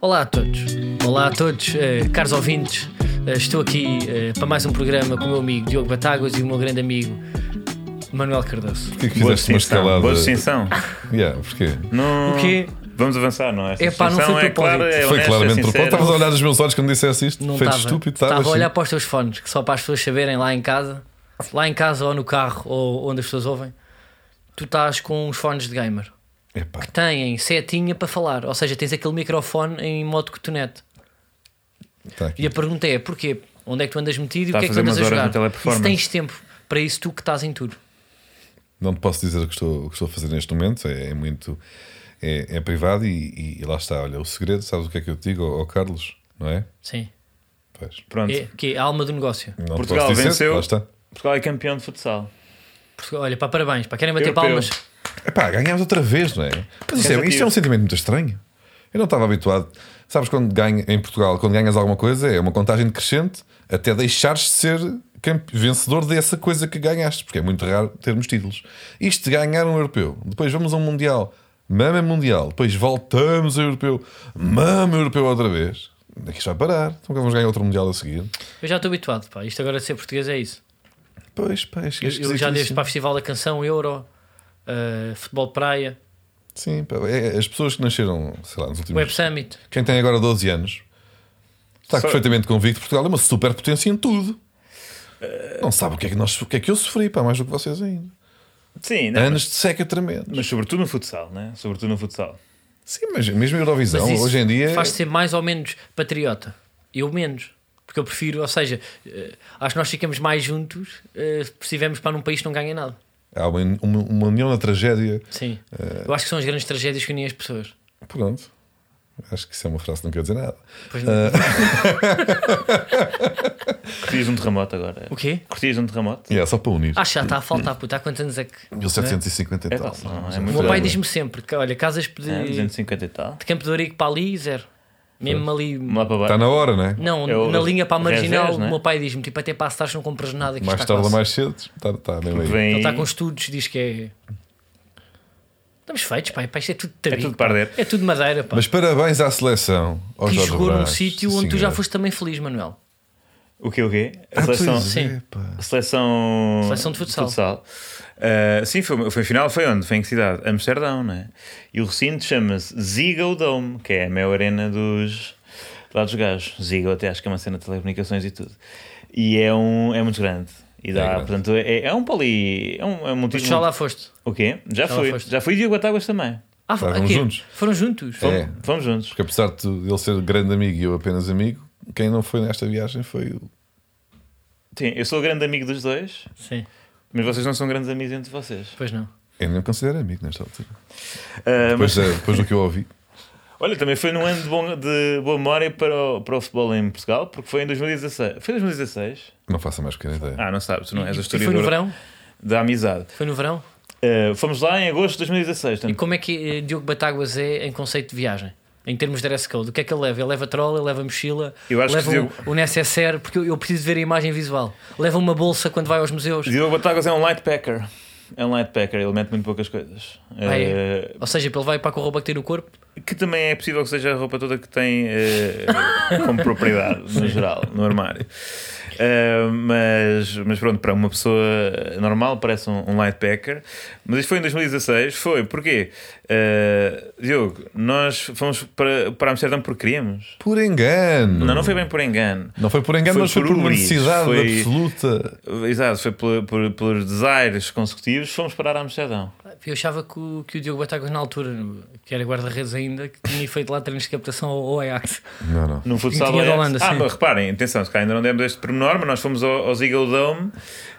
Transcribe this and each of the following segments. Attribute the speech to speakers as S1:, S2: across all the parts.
S1: Olá a todos. Olá a todos, eh, caros ouvintes. Eh, estou aqui eh, para mais um programa com o meu amigo Diogo Batáguas e o meu grande amigo Manuel Cardoso.
S2: Porquê que
S3: Boa
S2: fizeste uma escalada?
S3: distinção. Boa distinção.
S2: Yeah, porquê?
S3: Não...
S1: O quê?
S3: Vamos avançar, não é? Essa
S1: Epá, não foi
S3: distinção é
S1: propósito.
S3: clara, é
S2: Foi
S3: honesta,
S2: claramente
S3: é
S2: propósito.
S3: sincera.
S2: Estavas a olhar nos meus olhos quando dissesse isto.
S1: Não
S2: Feito
S1: estava.
S2: estúpido,
S1: estava a
S2: assim.
S1: olhar para os teus fones, que só para as pessoas saberem lá em casa, lá em casa ou no carro ou onde as pessoas ouvem, tu estás com uns fones de gamer.
S2: assim, Epá,
S1: Têm setinha para falar, ou seja, tens aquele microfone em modo cotonete.
S2: está tá aqui.
S1: E a pergunta é: porquê? Onde é que tu andas metido e
S3: Está
S1: o
S3: Tá a
S1: que é que tu
S3: fazer
S1: andas a
S3: umas horas
S1: jogar?
S3: na
S1: E
S3: teleperformance.
S1: se tens tempo para isso, tu que estás em tudo.
S2: Não te posso dizer o que estou, o que estou a fazer neste momento, é, é muito. É, é privado e, e- e lá está. Olha, o segredo, sabes o que é que eu te digo, ó, ó Carlos? Não é?
S1: Sim.
S2: Pois.
S3: Pronto.
S1: É, que é a alma do negócio.
S2: Não te
S3: Portugal
S2: posso dizer,
S3: venceu.
S2: Lá está.
S3: Portugal é campeão de futsal.
S1: Porque, olha, pá, parabéns, pá, querem bater
S3: Europeu.
S1: palmas.
S2: Epá, ganhámos outra vez, não é? Mas isso é,
S3: Cansativo.
S2: isto é um sentimento muito estranho. Eu não estava habituado. Sabes quando ganha em Portugal, quando ganhas alguma coisa, é uma contagem decrescente até deixares de ser campe- vencedor dessa coisa que ganhaste, porque é muito raro termos títulos. Isto de ganhar um europeu, depois vamos a um mundial, mama mundial, depois voltamos ao europeu, mama europeu outra vez. Onde é que isto vai parar? Então vamos ganhar outro mundial a seguir.
S1: Eu já estou habituado, pá. Isto agora de ser português é isso.
S2: Pois, pá,
S1: Eu,
S2: é
S1: eu já desde
S2: esquisitíssimo.
S1: para Festival da Canção, Euro, ah, Futebol de Praia,
S2: Sim, pá, é- as pessoas que nasceram, sei lá, nos últimos
S1: Web Summit.
S2: Quem tem agora 12 anos está
S3: Só-
S2: perfeitamente convicto que Portugal é uma superpotência em tudo. Não sabe o que é que, nós, o que, é que eu sofri, pá, mais do que vocês ainda.
S3: Sim, não, é?
S2: Anos de seca tremendo.
S3: mas sobretudo no futsal, né? Sobretudo no futsal.
S2: Sim, mas mesmo a Eurovisão,
S1: Mas isso
S2: hoje em dia.
S1: Faz ser mais ou menos patriota. Eu menos. Porque eu prefiro, ou seja, eh, acho que nós ficamos mais juntos eh, se estivermos para num país que não ganha nada.
S2: Há uma, uma, uma união na tragédia.
S1: Sim. Eh, Eu acho que são as grandes tragédias que unem as pessoas.
S2: Pronto. Acho que isso é uma frase que não quer dizer nada.
S1: Pois
S2: Eh,
S1: não.
S3: Curtias um terremoto agora.
S1: O quê?
S3: Curtias um terremoto?
S2: E é só para unir.
S1: Acho que já está a faltar, puta. Há quantos anos é que.
S2: 1750
S1: né?
S2: e
S3: É
S2: tal.
S3: fácil, não é?
S2: não
S3: É
S2: sei.
S1: O
S3: muito
S1: meu pai
S3: grave.
S1: diz-me sempre que, olha, casas de,
S3: É,
S1: de
S3: 250 e tal.
S1: Campo de Ourique para ali, zero. Mesmo ali.
S3: Vamos lá para
S2: Está
S3: baixo.
S2: na hora, não é?
S1: Não,
S3: É o-
S1: na linha para a
S3: o Rezés,
S1: marginal,
S3: não é?
S1: o meu pai diz-me: tipo, até para a Stars não compras nada. Que
S2: Mais
S1: está
S2: tarde ou
S1: quase.
S2: mais cedo. Está, está mesmo aí.
S1: Ele
S3: Vem...
S1: está com estudos, diz que é. Estamos feitos, pai. Isto é tudo tabico,
S3: tudo parder.
S1: pá. É tudo madeira, pá.
S2: Mas parabéns à seleção. Ao
S1: e
S2: Jorge
S1: chegou num
S2: Brás,
S1: um sítio
S2: sim,
S1: onde tu já
S2: senhor.
S1: foste também feliz, Manuel.
S3: O quê, o quê? A
S2: Ah, pois
S3: seleção...
S2: é,
S1: Sim.
S2: pá.
S3: Seleção...
S1: Seleção de futsal.
S3: Ah, sim, foi, foi final, foi onde? Foi em que cidade? Amsterdão, não é? E o recinto chama-se Ziggo Dome, que é a maior arena dos... Lá dos gajos. Ziggo até acho que é uma cena de telecomunicações e tudo. E é, um, é muito grande. E dá,
S2: É grande.
S3: portanto, é, é um pali... É um, é um
S1: Mas
S3: multi...
S1: tu já lá foste.
S3: O quê? Já
S1: Já lá
S3: fui.
S1: foste.
S3: Já fui e Diogo Batáguas também.
S1: Ah,
S2: Estavam
S1: aqui.
S2: juntos.
S1: Foram juntos.
S2: É.
S3: Vamos juntos.
S2: Porque apesar de tu- ele ser grande amigo e eu apenas amigo, quem não foi nesta viagem foi o.
S3: Sim, eu sou grande amigo dos dois,
S1: Sim,
S3: mas vocês não são grandes amigos entre vocês.
S1: pois não.
S2: Eu nem me considero amigo nesta altura.
S3: Ah, mas,
S2: Depois, eh, depois do que eu ouvi.
S3: olha, também foi num ano de, bom- de boa memória para o, para o futebol em Portugal, porque foi em 2016. Foi 2016?
S2: Não faço a mais pequena ideia.
S3: Ah, não sabes, tu não és a
S1: E foi no
S3: historiadora
S1: verão?
S3: da amizade.
S1: Foi no verão?
S3: Ah, fomos lá em agosto de 2016.
S1: E
S3: portanto,
S1: como é que eh, Diogo Batáguas é em conceito de viagem? Em termos de dress code, o que é que ele leva? Ele leva troll, ele leva mochila,
S3: Eu acho que
S1: leva
S3: Diogo-
S1: o, o necessaire, porque eu, eu preciso ver a imagem visual. Leva uma bolsa quando vai aos museus.
S3: Diogo Batagas é um light packer. É um light packer, ele mete muito poucas coisas.
S1: Ah, é?
S3: Ah,
S1: Ou seja, ele vai para com a roupa que tem no corpo.
S3: Que também é possível que seja a roupa toda que tem eh, como propriedade, no geral, no armário. Eh, mas, mas pronto, para uma pessoa normal parece um, um light packer. Mas isto foi em 2016. Foi, porquê? Eh, Diogo, nós fomos para, para Amsterdão porque queríamos.
S2: Por engano!
S3: Não, não foi bem por engano.
S2: Não foi por engano,
S3: Foi
S2: mas foi
S3: por
S2: por uma
S3: Uris,
S2: necessidade
S3: foi-
S2: absoluta.
S3: Exato, foi por, por, por desires consecutivos, fomos parar a Amsterdão.
S1: Eu achava que o, que o Diogo Batáguas, na altura, que era guarda-redes ainda, que tinha feito lá treinos de captação ao, ao Ajax.
S2: Não, não.
S3: No futsal
S1: tinha
S3: do
S1: da
S3: Ajax.
S1: Holanda,
S3: Ah,
S1: sim.
S3: mas reparem, atenção, se calhar ainda não demos este pormenor, mas nós fomos ao, ao Ziggo Dome,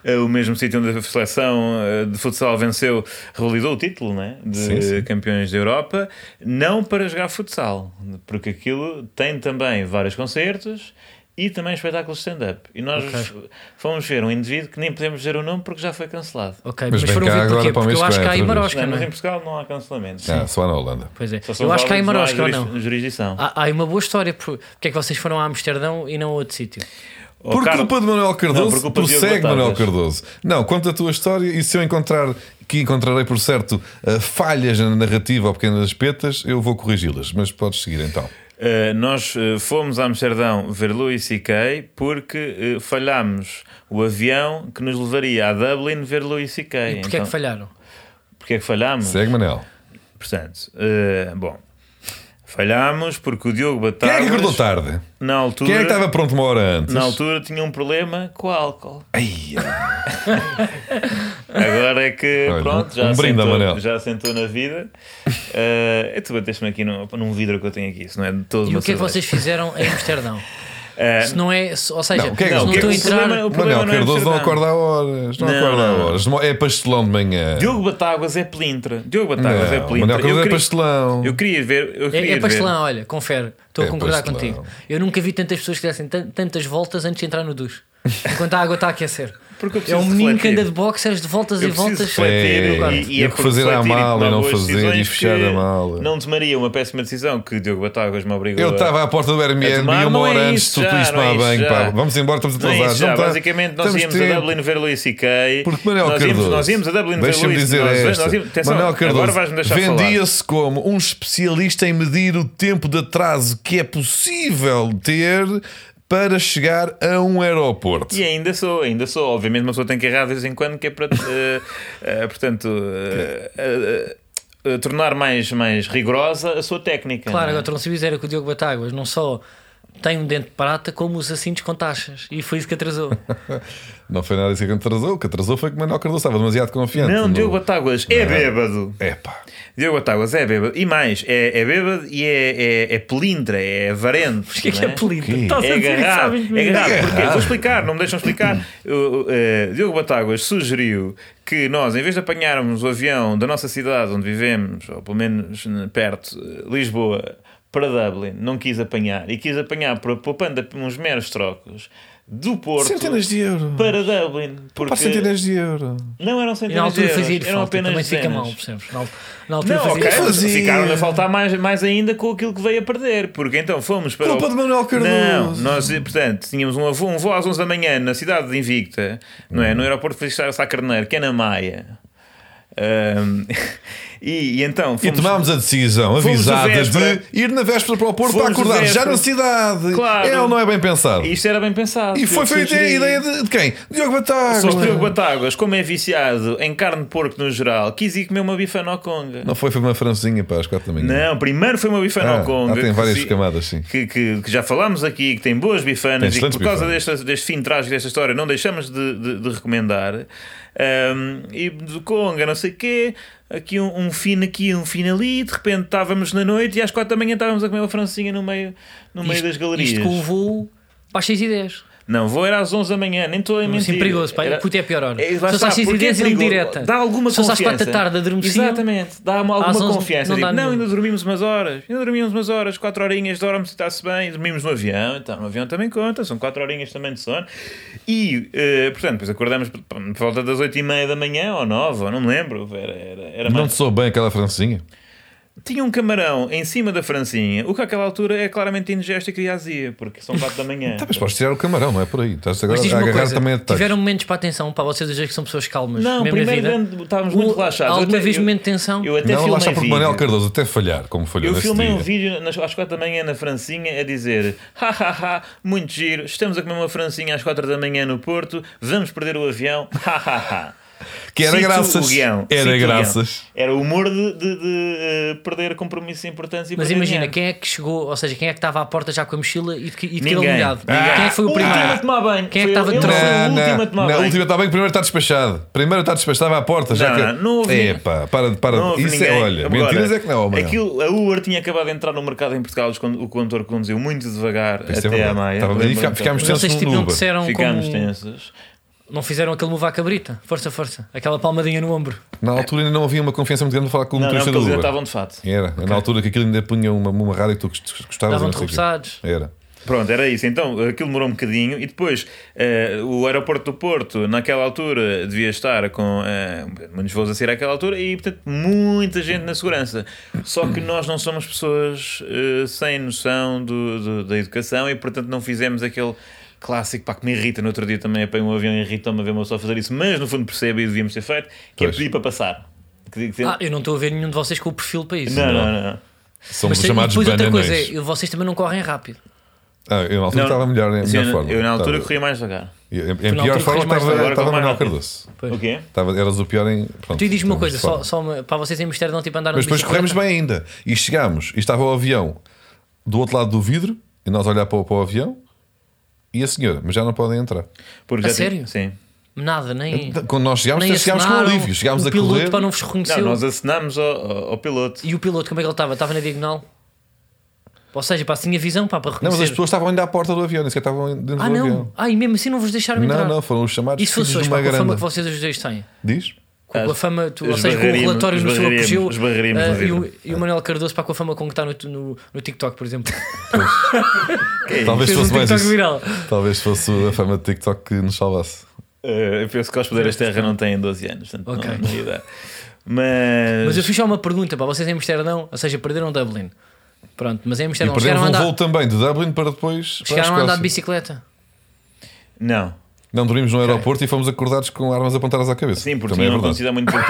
S3: eh, o mesmo sítio onde a seleção eh, de futsal venceu, revalidou o título né, de
S2: Sim, sim.
S3: campeões da Europa, não para jogar futsal, porque aquilo tem também vários concertos. E também espetáculos de stand-up. E nós
S1: Ok.
S3: fomos ver um indivíduo que nem podemos dizer o nome porque já foi cancelado.
S1: Ok,
S2: Mas
S1: mas,
S2: vem
S1: foram
S2: cá
S1: ver
S2: agora
S1: porquê?
S2: para o
S1: Porque eu
S2: mês
S1: acho
S2: que
S1: que há em
S2: vem, outra vez.
S1: Marosca,
S3: Não,
S1: não
S3: mas em
S1: é?
S3: Portugal não há cancelamento.
S2: Ah, só na Holanda.
S1: Pois é.
S3: Só são
S1: Eu acho que há em
S3: válidos
S1: Marosca, ou
S3: lá juris-
S1: não? Ah,
S3: Jurisdição.
S1: Há, há aí uma boa história. por- Porque é que vocês foram a Amsterdão e não a outro sítio?
S3: Oh,
S2: Por
S3: Carlos-
S2: culpa de Manuel
S3: Não,
S2: Cardoso,
S3: por culpa de Diogo
S2: prossegue
S3: Batatas.
S2: Manuel Cardoso. Não, conta a tua história e se eu encontrar, que encontrarei por certo eh, falhas na narrativa ou pequenas petas, eu vou corrigi-las. Mas podes seguir então.
S3: eh, nós eh, fomos a Amsterdão ver Louis C.K. porque eh, falhámos o avião que nos levaria a Dublin ver Louis C.K.
S1: E porquê
S2: então.
S1: é que falharam?
S3: Então, Porquê é que falhámos?
S2: Segue, Manel.
S3: Portanto, eh, bom, falhámos porque o Diogo
S2: Quem
S3: Batagas...
S2: é que acordou tarde?
S3: Na altura,
S2: Quem é que estava pronto uma hora antes?
S3: na altura tinha um problema com o álcool.
S2: Ai,
S3: Agora é que,
S2: Olha,
S3: pronto,
S2: um
S3: já,
S2: brinde,
S3: sentou,
S2: Amarelo.
S3: já sentou na vida. Eh, e tu bateste-me aqui num, num vidro que eu tenho aqui, isso não é de todo
S1: E
S3: uma
S1: o que é que
S3: cerveja.
S1: vocês fizeram em Amsterdão?
S3: Eh,
S1: Se não é, se- ou seja,
S2: Não, o que é que-
S1: se
S2: o
S1: não
S2: que
S1: estão
S2: é
S1: a
S2: que-
S1: entrar.
S3: O
S2: Manel
S3: problema não é
S2: Cardoso não
S3: Amsterdão.
S2: acorda a horas. Não,
S3: Não,
S2: acorda a
S3: não.
S2: horas. É pastelão de manhã.
S3: Diogo Batáguas é pelintra. Diogo
S2: Não,
S3: Batáguas é pelintra.
S2: Manel Cardoso é
S3: queria-
S2: pastelão.
S3: eu queria ver. Eu
S1: É,
S3: queria
S1: é pastelão, olha, confere, estou a
S2: É
S1: concordar
S2: pastelão.
S1: contigo. Eu nunca vi tantas pessoas que dessem tan- tantas voltas antes de entrar no duche, enquanto a água está a aquecer.
S3: Ver, porque eu
S1: É
S3: preciso
S1: um menino que
S3: refletir.
S1: anda de boxers de voltas
S3: Eu
S1: e
S3: preciso
S1: voltas.
S2: refletir.
S3: refletir
S2: É,
S3: e,
S2: e
S3: é
S2: o que fazer à
S3: refletir e
S2: mala e
S3: tomar
S2: não
S3: boas
S2: fazer,
S3: decisões
S2: e fechar
S3: que
S2: a mala.
S3: Não tomaria uma péssima decisão que o Diogo Batáguas me obrigou
S2: Eu
S3: a-
S2: estava à porta do
S3: É
S2: Airbnb
S3: tomar,
S2: uma
S3: não é
S2: hora antes de
S3: isso
S2: tudo
S3: já,
S2: isto
S3: não é
S2: tomar
S3: isso
S2: banho.
S3: já.
S2: pá. Vamos embora, estamos
S3: Não é
S2: atrasados.
S3: isso já.
S2: Não tá-
S3: Basicamente, nós
S2: temos
S3: íamos a
S2: tempo.
S3: Dublin ver Luís e Kay.
S2: Porque Manuel
S3: nós,
S2: Cardoso.
S3: íamos, nós íamos a Dublin ver
S2: Deixa-me
S3: Luís
S2: dizer
S3: nós,
S2: esta.
S3: nós íamos, atenção,
S2: Manuel Cardoso
S3: agora vais-me deixar falar.
S2: vendia-se como um especialista em medir o tempo de atraso que é possível ter para chegar a um aeroporto.
S3: E ainda sou, ainda sou. Obviamente, uma pessoa tem que errar de vez em quando, que é para, eh, eh, portanto, eh, eh, eh, tornar mais, mais rigorosa a sua técnica.
S1: Claro,
S3: não é?
S1: agora tu não sabias era que o Diogo Batáguas não só tem um dente de prata, como usa cintos com taxas. E foi isso que atrasou.
S2: Não foi nada isso que atrasou. O que atrasou foi que Manuel Cardoso estava demasiado confiante.
S3: Não,
S2: no-
S3: Diogo Batáguas é bêbado.
S2: Epá.
S3: Diogo Batáguas é bêbado. E mais, é, é bêbado e é, é, é pelintra, é avarente.
S1: O que é que é
S3: não
S1: apelido?
S2: Que?
S1: Estás
S3: É
S1: a dizer que
S3: agarrado,
S1: sabes
S3: é
S1: mesmo.
S3: agarrado. Porquê? Vou explicar, não me deixam explicar. O, o, eh, Diogo Batáguas sugeriu que nós, em vez de apanharmos o avião da nossa cidade onde vivemos, ou pelo menos eh, perto, eh, Lisboa, para Dublin, não quis apanhar. E quis apanhar por- poupando uns meros trocos do Porto
S2: Centenas de euros.
S3: para Dublin. Porque
S2: Para centenas de euros.
S3: não eram
S1: E na
S3: centenas de
S1: altura
S3: euros,
S1: fazia
S3: eram
S1: falta,
S3: apenas
S1: também fica
S3: dezenas.
S1: mal, percebes? Na, al- na altura
S3: Não,
S1: fazia
S3: ok,
S1: falta.
S2: Fazia.
S3: ficaram a faltar mais, mais ainda com aquilo que veio a perder, porque então fomos para.
S2: Culpa
S3: o...
S2: de Manuel Cardoso.
S3: Não, nós, portanto, tínhamos um avô, um voo às 11 da manhã na cidade de Invicta, não é? No aeroporto de Sá Carneiro, que é na Maia. Ahm, e, e então
S2: E
S3: fomos.
S2: tomámos a decisão
S3: fomos
S2: avisada
S3: de véspera.
S2: de ir na véspera para o Porto
S3: Fomos
S2: para
S3: de
S2: acordar já
S3: véspera.
S2: na cidade.
S3: Claro.
S2: É ou não é bem pensado?
S3: Isto era bem pensado.
S2: E foi
S3: Eu
S2: feita a
S3: sugeri-
S2: ideia de, é? de quem? Diogo Batáguas.
S3: Só que o Diogo Batáguas, como é viciado em carne de porco no geral, quis ir comer uma bifa na Conga.
S2: Não foi, foi uma francinha para as quatro da manhã.
S3: Não, primeiro foi uma bifana
S2: Ah,
S3: ao Conga.
S2: ah, tem
S3: que
S2: várias
S3: se-
S2: camadas, sim.
S3: Que, que- que já falámos aqui, que tem boas bifanas
S2: Tem
S3: e que por causa
S2: excelentes
S3: desta, deste fim trágico desta história não deixamos de, de- de recomendar. Ahm, e do Conga, não sei o quê, aqui um, um fino aqui, um fino ali, de repente estávamos na noite e às quatro da manhã estávamos a comer uma francinha no meio, no meio
S1: Isto-
S3: das galerias.
S1: Isto com o voo para as 6 e 10.
S3: Não, vou era às 11 da manhã, nem estou a mentir.
S1: Assim, perigoso, pá.
S3: Era-
S1: Puta, é a pior hora.
S3: É,
S1: Se
S3: lá
S1: fosse
S3: está,
S1: às 6 e
S3: porque é
S1: 10 é
S3: perigoso.
S1: direta.
S3: Dá alguma
S1: Se fosse às
S3: confiança.
S1: 4 da tarde adormeciam.
S3: Exatamente. Dá uma- alguma
S1: Às 11
S3: confiança.
S1: não
S3: Tipo,
S1: dá
S3: Não,
S1: nenhuma.
S3: ainda dormimos umas horas. Ainda dormimos umas horas, 4 horinhas, dorme-se, está-se bem. Dormimos no avião, então no avião também conta. São 4 horinhas também de sono. E, eh, portanto, depois acordamos por por volta das 8 e meia da manhã ou 9, ou não me lembro. Era, era, era
S2: Não
S3: mais.
S2: te sou bem aquela francinha?
S3: Tinha um camarão em cima da francinha, o que àquela altura é claramente indigesto e criazia, porque são 4 da manhã.
S2: Tá, mas podes tirar o camarão, não é por aí. Estás agora
S1: Mas
S2: a
S1: diz-me uma
S2: agarrar
S1: coisa:
S2: também é a detalhes.
S1: tiveram momentos para atenção, para vocês dizer que são pessoas calmas.
S3: Não,
S1: mesmo na
S3: primeiro
S1: vida?
S3: grande- estávamos muito
S1: Ou-
S3: relaxados. Eu
S1: Alguma
S3: até-
S1: vez
S3: eu-
S1: momento de tensão?
S3: Eu até
S2: não, lá
S3: filmei
S2: está porque
S3: vídeo.
S2: Manuel Cardoso até falhar, como falhou
S3: Eu
S2: nesse
S3: filmei
S2: dia.
S3: um vídeo nas, às 4 da manhã na Francinha a dizer: hahaha, muito giro, estamos a comer uma Francinha às 4 da manhã no Porto, vamos perder o avião, hahaha.
S2: Que era
S3: Cito
S2: graças.
S3: o guião,
S2: Era
S3: cito o guião.
S2: graças.
S3: Era o humor de, de- de, eh, perder compromissos importantes e
S1: Mas
S3: perder
S1: imagina,
S3: dinheiro.
S1: quem é que chegou, ou seja, quem é que estava à porta já com a mochila e de que- e de cabelo
S3: Ninguém.
S1: molhado?
S3: Ninguém.
S1: Quem é que foi o
S3: Último a
S1: primeiro?
S3: tomar banho.
S1: Quem é que
S3: Foi
S1: estava
S3: ele,
S1: de trás?
S3: foi o
S2: Ah. Não,
S3: último a tomar
S2: não,
S3: banho.
S2: a última está bem, primeiro está despachado. Primeiro está despachado à porta. já
S3: Não,
S2: que...
S3: não, não houve-
S2: Epá, para, para.
S3: Não houve
S2: Isso é,
S3: ninguém.
S2: olha,
S3: Agora,
S2: mentiras é que não, Manuel.
S3: Aquilo, a Uber tinha acabado de entrar no mercado em Portugal, os con- o condutor conduziu muito devagar
S2: Isso é
S3: até à
S2: verdade.
S3: Maia.
S2: Estava- aí fica-
S3: Lembro-me
S2: ficámos
S1: Não sei
S2: tensos
S1: se tipo
S2: no
S1: não
S2: Uber.
S1: disseram
S3: Ficámos
S1: como.
S3: tensos.
S1: Não fizeram aquele move à cabrita? Força, força. Aquela palmadinha no ombro.
S2: Na altura ainda não havia uma confiança muito grande para falar com o
S3: Não, não, porque
S2: motorista
S3: eles
S2: do
S3: ainda
S2: Uber.
S3: estavam de fato.
S2: Era, na altura que aquilo ainda punha uma, uma rádio que tu gost- gostavas.
S1: Davam-te
S2: não sei o quê.
S1: repousados.
S2: Era.
S3: Pronto, era isso. Então aquilo demorou um bocadinho e depois eh, o aeroporto do Porto, naquela altura, devia estar com eh, muitos voos a sair àquela altura e, portanto, muita gente na segurança. Só que nós não somos pessoas eh, sem noção do- do- da educação e, portanto, não fizemos aquele. Clássico, pá, que me irrita. No outro dia também apanho um avião e irritou-me a ver uma pessoa fazer isso, mas no fundo percebo e devíamos ter feito, que é
S2: Pois.
S3: pedir para passar. Que- que-
S1: Ah, eu não estou a ver nenhum de vocês com o perfil para isso.
S3: não, não, não.
S2: São
S1: Mas
S2: os
S1: se- e
S2: chamados
S1: depois outra coisa
S2: bananais.
S1: é, vocês também não correm rápido.
S2: Ah, eu na altura
S3: Não,
S2: estava melhor, em
S3: sim,
S2: melhor
S3: eu-
S2: forma.
S3: Eu na altura
S2: Estava-
S3: corria mais devagar.
S2: Em, em
S1: na
S2: pior
S1: altura
S2: forma
S1: corrias mais
S2: estava
S1: devagar.
S2: estava
S3: Agora
S2: Manuel
S3: corres
S2: Cardoso.
S1: Pois.
S3: O quê?
S2: Estava, eras o pior em. Pronto,
S1: Tu e diz-me uma
S2: estamos
S1: coisa,
S2: de forma.
S1: só, só uma- para vocês em Amsterdão tipo andaram
S2: Então, Mas
S1: de
S2: depois corremos
S1: bicicleta.
S2: bem ainda. E chegámos, e estava o avião do outro lado do vidro, e nós olhar para, o- para o avião, e a senhora, mas já não podem entrar.
S3: Porque
S1: A
S3: já ti-
S1: sério?
S3: Sim.
S1: Nada, nem.
S2: Quando nós Então, chegámos,
S1: nem
S2: até chegámos com
S1: acenaram,
S2: alívio, chegámos
S1: o
S2: a
S1: piloto
S2: correr.
S1: para não vos
S3: Não,
S1: reconheceu.
S3: nós acenámos ao, ao- ao piloto.
S1: E o piloto, como é que ele estava? Estava na diagonal? Ou seja, pá, tinha visão pá, para
S2: Não,
S1: reconhecer.
S2: mas as pessoas estavam ainda à porta do avião, nem sequer estavam dentro
S1: Ah,
S2: do
S1: não.
S2: avião.
S1: Ah, e mesmo assim não vos deixaram entrar.
S2: Não, não, foram os chamados
S1: E se fosse
S2: filhos
S1: hoje,
S2: de
S1: pá,
S2: uma
S1: com a fama que
S2: grande.
S1: vocês os dois têm?
S2: Diz?
S1: Com a
S3: Acho-
S1: fama, tu, ou seja, com o
S3: esbarraríamos-
S1: relatório no seu
S3: esbarraríamos-
S1: apogeu
S3: esbarraríamos
S1: ah,
S3: na
S1: e,
S3: vida.
S1: o, e o Manuel Cardoso pá, com a fama com que está no, no, no TikTok, por exemplo.
S2: Talvez
S1: Fez um
S2: fosse mais
S1: TikTok
S2: isso.
S1: viral.
S2: Talvez fosse a fama de TikTok que nos salvasse.
S3: Eh, eu penso que os poderes terra não têm 12 anos, portanto
S1: Ok.
S3: não, não ia dar. Mas,
S1: Mas eu fiz só uma pergunta para vocês em Amsterdão, ou seja, perderam Dublin. Pronto, mas em
S2: E
S1: Amsterdão
S2: perdemos
S1: chegaram a
S2: um
S1: andar,
S2: voo também de Dublin para depois. para a
S1: chegaram a andar de
S2: Escócia.
S1: bicicleta.
S3: não.
S2: Não dormimos no aeroporto e fomos acordados com armas apontadas à cabeça.
S3: Sim, porque
S2: Também é
S3: tinham
S2: verdade.
S3: acontecido há muito pouco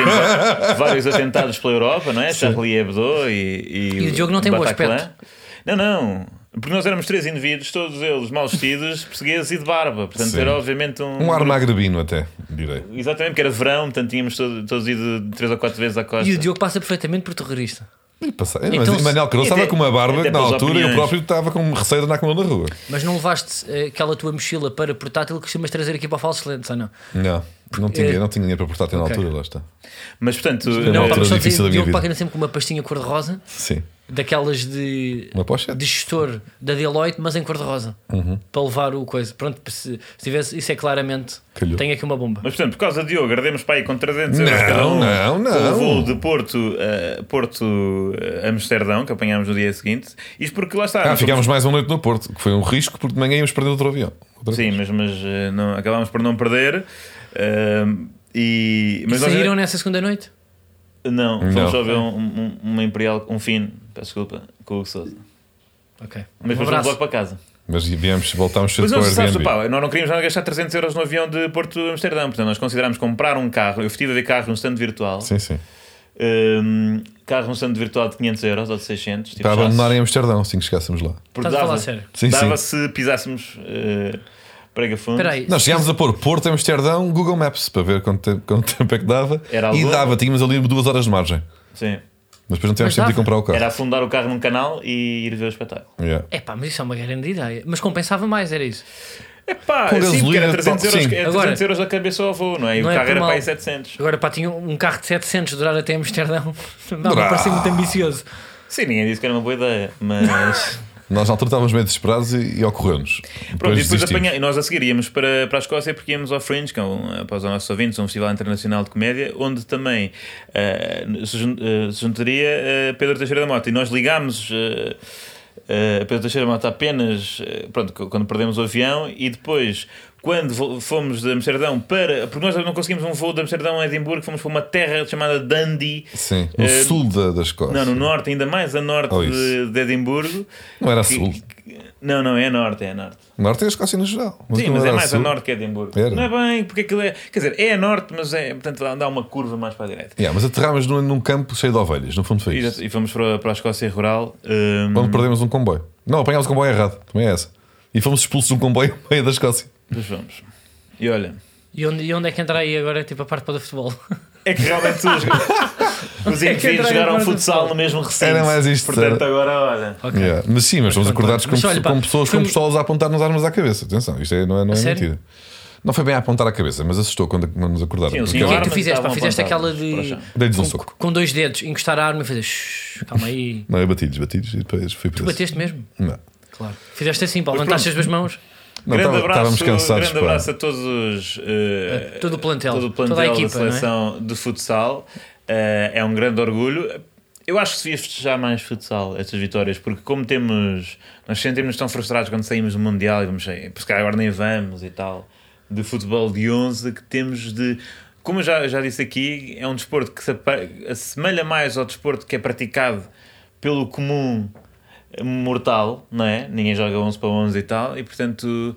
S3: tempo vários atentados pela Europa, não é? Charlie Hebdo e. E,
S1: E o Diogo não tem bom
S3: Bataclan.
S1: aspecto.
S3: Não, não. Porque nós éramos três indivíduos, todos eles mal vestidos, portugueses e de barba. Portanto,
S2: Sim.
S3: era obviamente um.
S2: Um ar magrebino até, direi.
S3: Exatamente, porque era verão, portanto tínhamos todo- todos ido três ou quatro vezes à costa.
S1: E o Diogo passa perfeitamente por terrorista.
S2: E passa- É,
S1: Então,
S2: mas Manuel Cardoso
S3: e até-
S2: estava com uma barba que
S3: até
S2: na
S3: pelas
S2: altura e eu
S3: opiniões.
S2: próprio estava com um receio de andar com ele na rua.
S1: Mas não levaste eh, aquela tua mochila para portátil que costumas trazer aqui para o Falso Lentes, ou não?
S2: Não, não
S3: é-
S2: tinha, não tinha dinheiro para portátil na
S1: Ok.
S2: altura, lá está.
S3: Mas portanto.
S2: Não,
S3: eh,
S1: Pá,
S2: Altura
S1: mas só
S2: É difícil
S1: dizer,
S2: da minha
S1: Diogo
S2: vida.
S1: Pagana sempre com uma pastinha cor-de-rosa,
S2: Sim,
S1: daquelas de,
S2: uma pochete. Uhum.
S1: de gestor da Deloitte, mas em cor-de-rosa, para levar o coisa. Pronto, se, se tivesse, isso é claramente.
S2: Calhou.
S1: Tem aqui uma bomba.
S3: Mas portanto, por causa de Diogo, ardemos para aí com 300 euros
S2: Não,
S3: cada um.
S2: não, não.
S3: Com o voo de Porto a Porto a Amsterdão, que apanhámos no dia seguinte. Isto porque lá está.
S2: Ah,
S3: nós
S2: ficámos mais uma noite no Porto, que foi um risco, porque de manhã íamos perder outro avião. Outra
S3: Sim, mas, mas eh, não, acabámos por não perder. ehm, e,
S1: Mas
S3: mas nós-
S1: saíram nessa segunda noite?
S3: Não, fomos
S2: Não.
S3: só ver um, um- uma Imperial, um fino, peço desculpa, com o Hugo Sousa.
S1: Ok.
S3: Mas
S1: um
S3: depois fomos
S1: abraço.
S3: logo para casa.
S2: Mas viemos, voltámos cedo
S3: Mas
S2: para o
S3: não se sabe,
S2: Airbnb.
S3: pá, nós não queríamos nada gastar 300 euros no avião de Porto a Amsterdão, portanto nós considerámos comprar um carro. Eu estive a ver carros no stand virtual,
S2: Sim, sim.
S3: ehm, carro no stand virtual de 500 euros ou de 600, tipo
S2: Para
S3: chassi,
S2: abandonar em Amsterdão, assim que chegássemos lá.
S3: porque
S1: Estás a falar
S3: dava,
S1: sério?
S2: Sim,
S3: dava
S2: sim.
S3: se pisássemos eh, prega fundo.
S1: Espera aí.
S2: Nós chegámos a pôr Porto, Amsterdão, Google Maps para ver quanto tempo, quanto tempo é que dava.
S3: Era
S2: e
S3: algo-
S2: dava, tínhamos ali duas horas de margem.
S3: Sim.
S2: Mas depois não
S1: Mas
S2: tivemos tempo de
S1: dava.
S2: comprar o carro.
S3: Era afundar o carro num canal e ir ver o espetáculo.
S2: Yeah.
S1: É pá, mas isso é uma grande ideia. Mas compensava mais, era isso.
S3: Pá,
S2: Com
S3: sim, porque
S2: gasolina,
S3: era 300
S2: pá,
S3: euros,
S2: sim.
S3: era 300
S1: Agora-
S3: euros a cabeça ao avô, não é? E
S1: Não
S3: o
S1: é
S3: carro
S1: por
S3: era
S1: mal.
S3: para aí 700.
S1: Agora pá, tinha um carro de 700 durar até Amsterdão. Não,
S2: Durar.
S1: parecia muito ambicioso.
S3: Sim, ninguém disse que era uma boa ideia, mas.
S2: Nós na altura estávamos meio desesperados e, e ocorreu-nos.
S3: Pronto, e depois
S2: desistimos.
S3: apanha... e nós a seguir íamos para, para a Escócia porque íamos ao Fringe, que é um, para os nossos ouvintes, um festival internacional de comédia, onde também eh, se, jun- eh, se juntaria eh, Pedro Teixeira da Mota. E nós ligámos. eh, eh, a Pedro Teixeira da Mota apenas eh, pronto, c- quando perdemos o avião e depois quando vo- fomos de Amsterdão para. Porque nós não conseguimos um voo de Amsterdão a Edimburgo, fomos para uma terra chamada Dundee,
S2: Sim, no
S3: Eh,
S2: sul da, da Escócia.
S3: Não, no norte, ainda mais a norte
S2: Oh, isso.
S3: de, de Edimburgo.
S2: Não era
S3: Que-
S2: sul.
S3: que- não, não, é norte, é norte.
S2: Norte é a Escócia no geral.
S3: Sim,
S2: não
S3: mas é
S2: Então era
S3: mais a
S2: sul.
S3: norte que Edimburgo.
S2: Era.
S3: Não é bem, porque aquilo é. Quer dizer, é a norte, mas é. Portanto, dá, dá uma curva mais para a direita.
S2: Yeah, mas aterrámos num, num campo cheio de ovelhas, no fundo foi
S3: E,
S2: isso.
S3: já- e fomos para, para a Escócia Rural. hum,
S2: Onde perdemos um comboio. Não, apanhámos o comboio errado, também é essa. E fomos expulsos de um comboio no meio da Escócia.
S3: Mas vamos. E olha,
S1: E onde, e onde é que entra aí agora, tipo, a parte para o futebol?
S3: é que realmente os, os
S1: É que
S3: indivíduos
S1: entraram
S3: jogaram
S1: agora
S3: futsal
S1: do
S3: no mesmo recinto.
S2: um Era mais isto,
S3: Portanto,
S2: era.
S3: agora olha.
S1: Ok.
S2: Yeah. Mas sim, mas fomos acordados com,
S1: Mas olha, pá,
S2: com pessoas
S1: foi
S2: com
S1: um-
S2: pistolas a apontar-nos armas à cabeça. Atenção, isto é- não é, não é
S1: sério?
S2: mentira. Não foi bem a apontar à cabeça, mas assustou quando, quando nos acordaram.
S3: Sim, eles
S2: Porque
S1: E o que é
S2: ela-
S1: que
S3: armas
S1: tu fizeste?
S3: estavam
S1: Pá, fizeste aquela
S3: apontadas
S1: de.
S3: para o chão.
S2: Dei-lhes um
S1: Com,
S2: soco.
S1: com dois dedos, encostar a arma e fazer. "Shhh, Calma aí.
S2: Não, eu bati-lhes, bati-lhes e depois fui
S1: Tu
S2: preso.
S1: bateste mesmo?
S2: Não.
S1: Claro. Fizeste assim, pá, levantaste as duas mãos.
S2: Não,
S3: grande
S2: tava-
S3: abraço,
S2: estávamos cansados.
S3: grande
S2: pá.
S3: abraço a todos os. eh,
S1: A todo o plantel,
S3: todo o plantel
S1: toda a equipa, é?
S3: da seleção de futsal. Eh, é um grande orgulho. Eu acho que se devia festejar mais futsal estas vitórias, porque como temos. Nós sentimos tão frustrados quando saímos do Mundial e vamos. "Ei, Por se calhar agora nem vamos e tal. De futebol de 11 que temos de. Como eu já, já disse aqui, é um desporto que se apa- assemelha mais ao desporto que é praticado pelo comum mortal, não é? Ninguém joga 11 para 11 e tal, e portanto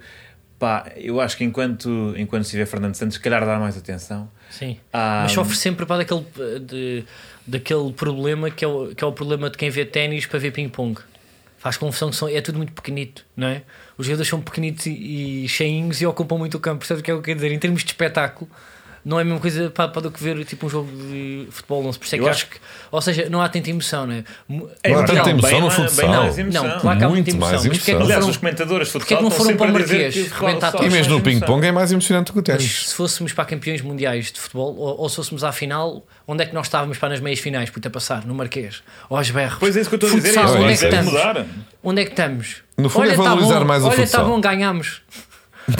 S3: Pá, eu acho que enquanto, enquanto estiver Fernando Santos, se calhar dá mais atenção.
S1: Sim.
S3: Ah,
S2: hum.
S1: Mas sofre sempre para daquele, de- daquele problema que é, o, que é o problema de quem vê ténis para ver ping-pong. Faz confusão que são, é tudo muito pequenito, não é? Os jogadores são pequenitos e, e cheinhos e ocupam muito o campo, percebes o que é o que eu quero dizer? Em termos de espetáculo, não é a mesma coisa para, para do que ver tipo um jogo de futebol, não se percebe.
S3: Eu
S1: é que
S3: acho
S1: acho que, ou seja, não há tanta emoção, não é? Mu-
S2: Não há
S1: Portugal-
S2: tanta emoção
S3: então, bem
S2: no
S3: mais- bem
S2: futsal.
S3: mais emoção.
S1: Não, claro que há
S2: Muito
S1: muita emoção.
S2: mais
S1: mas porque é que não
S3: Aliás,
S1: foram-
S3: os comentadores de
S1: Porquê
S3: futsal
S1: que não
S3: estão
S1: foram
S3: sempre
S1: para
S3: a dizer
S1: Marquês?
S3: que o futebol
S1: Rebentar
S3: só
S1: todos.
S2: E
S3: faz
S2: mesmo no
S3: emoção.
S2: ping-pong é mais emocionante que o
S1: Mas
S2: ténis.
S1: se fôssemos para campeões mundiais de futebol, ou, ou se fôssemos à final, onde é que nós estávamos para nas meias finais, puta, a passar? No Marquês? Ou aos berros?
S3: Pois é isso que eu estou a dizer,
S1: Futsal,
S2: é isso
S1: onde
S2: que
S1: é que
S2: eu
S3: quero
S1: estamos?
S3: mudar.
S1: Onde é que estamos?
S2: No fundo
S1: tá
S2: é valorizar
S1: bom,
S2: mais o
S1: Olha, está
S2: futsal.
S1: bom, ganhámos.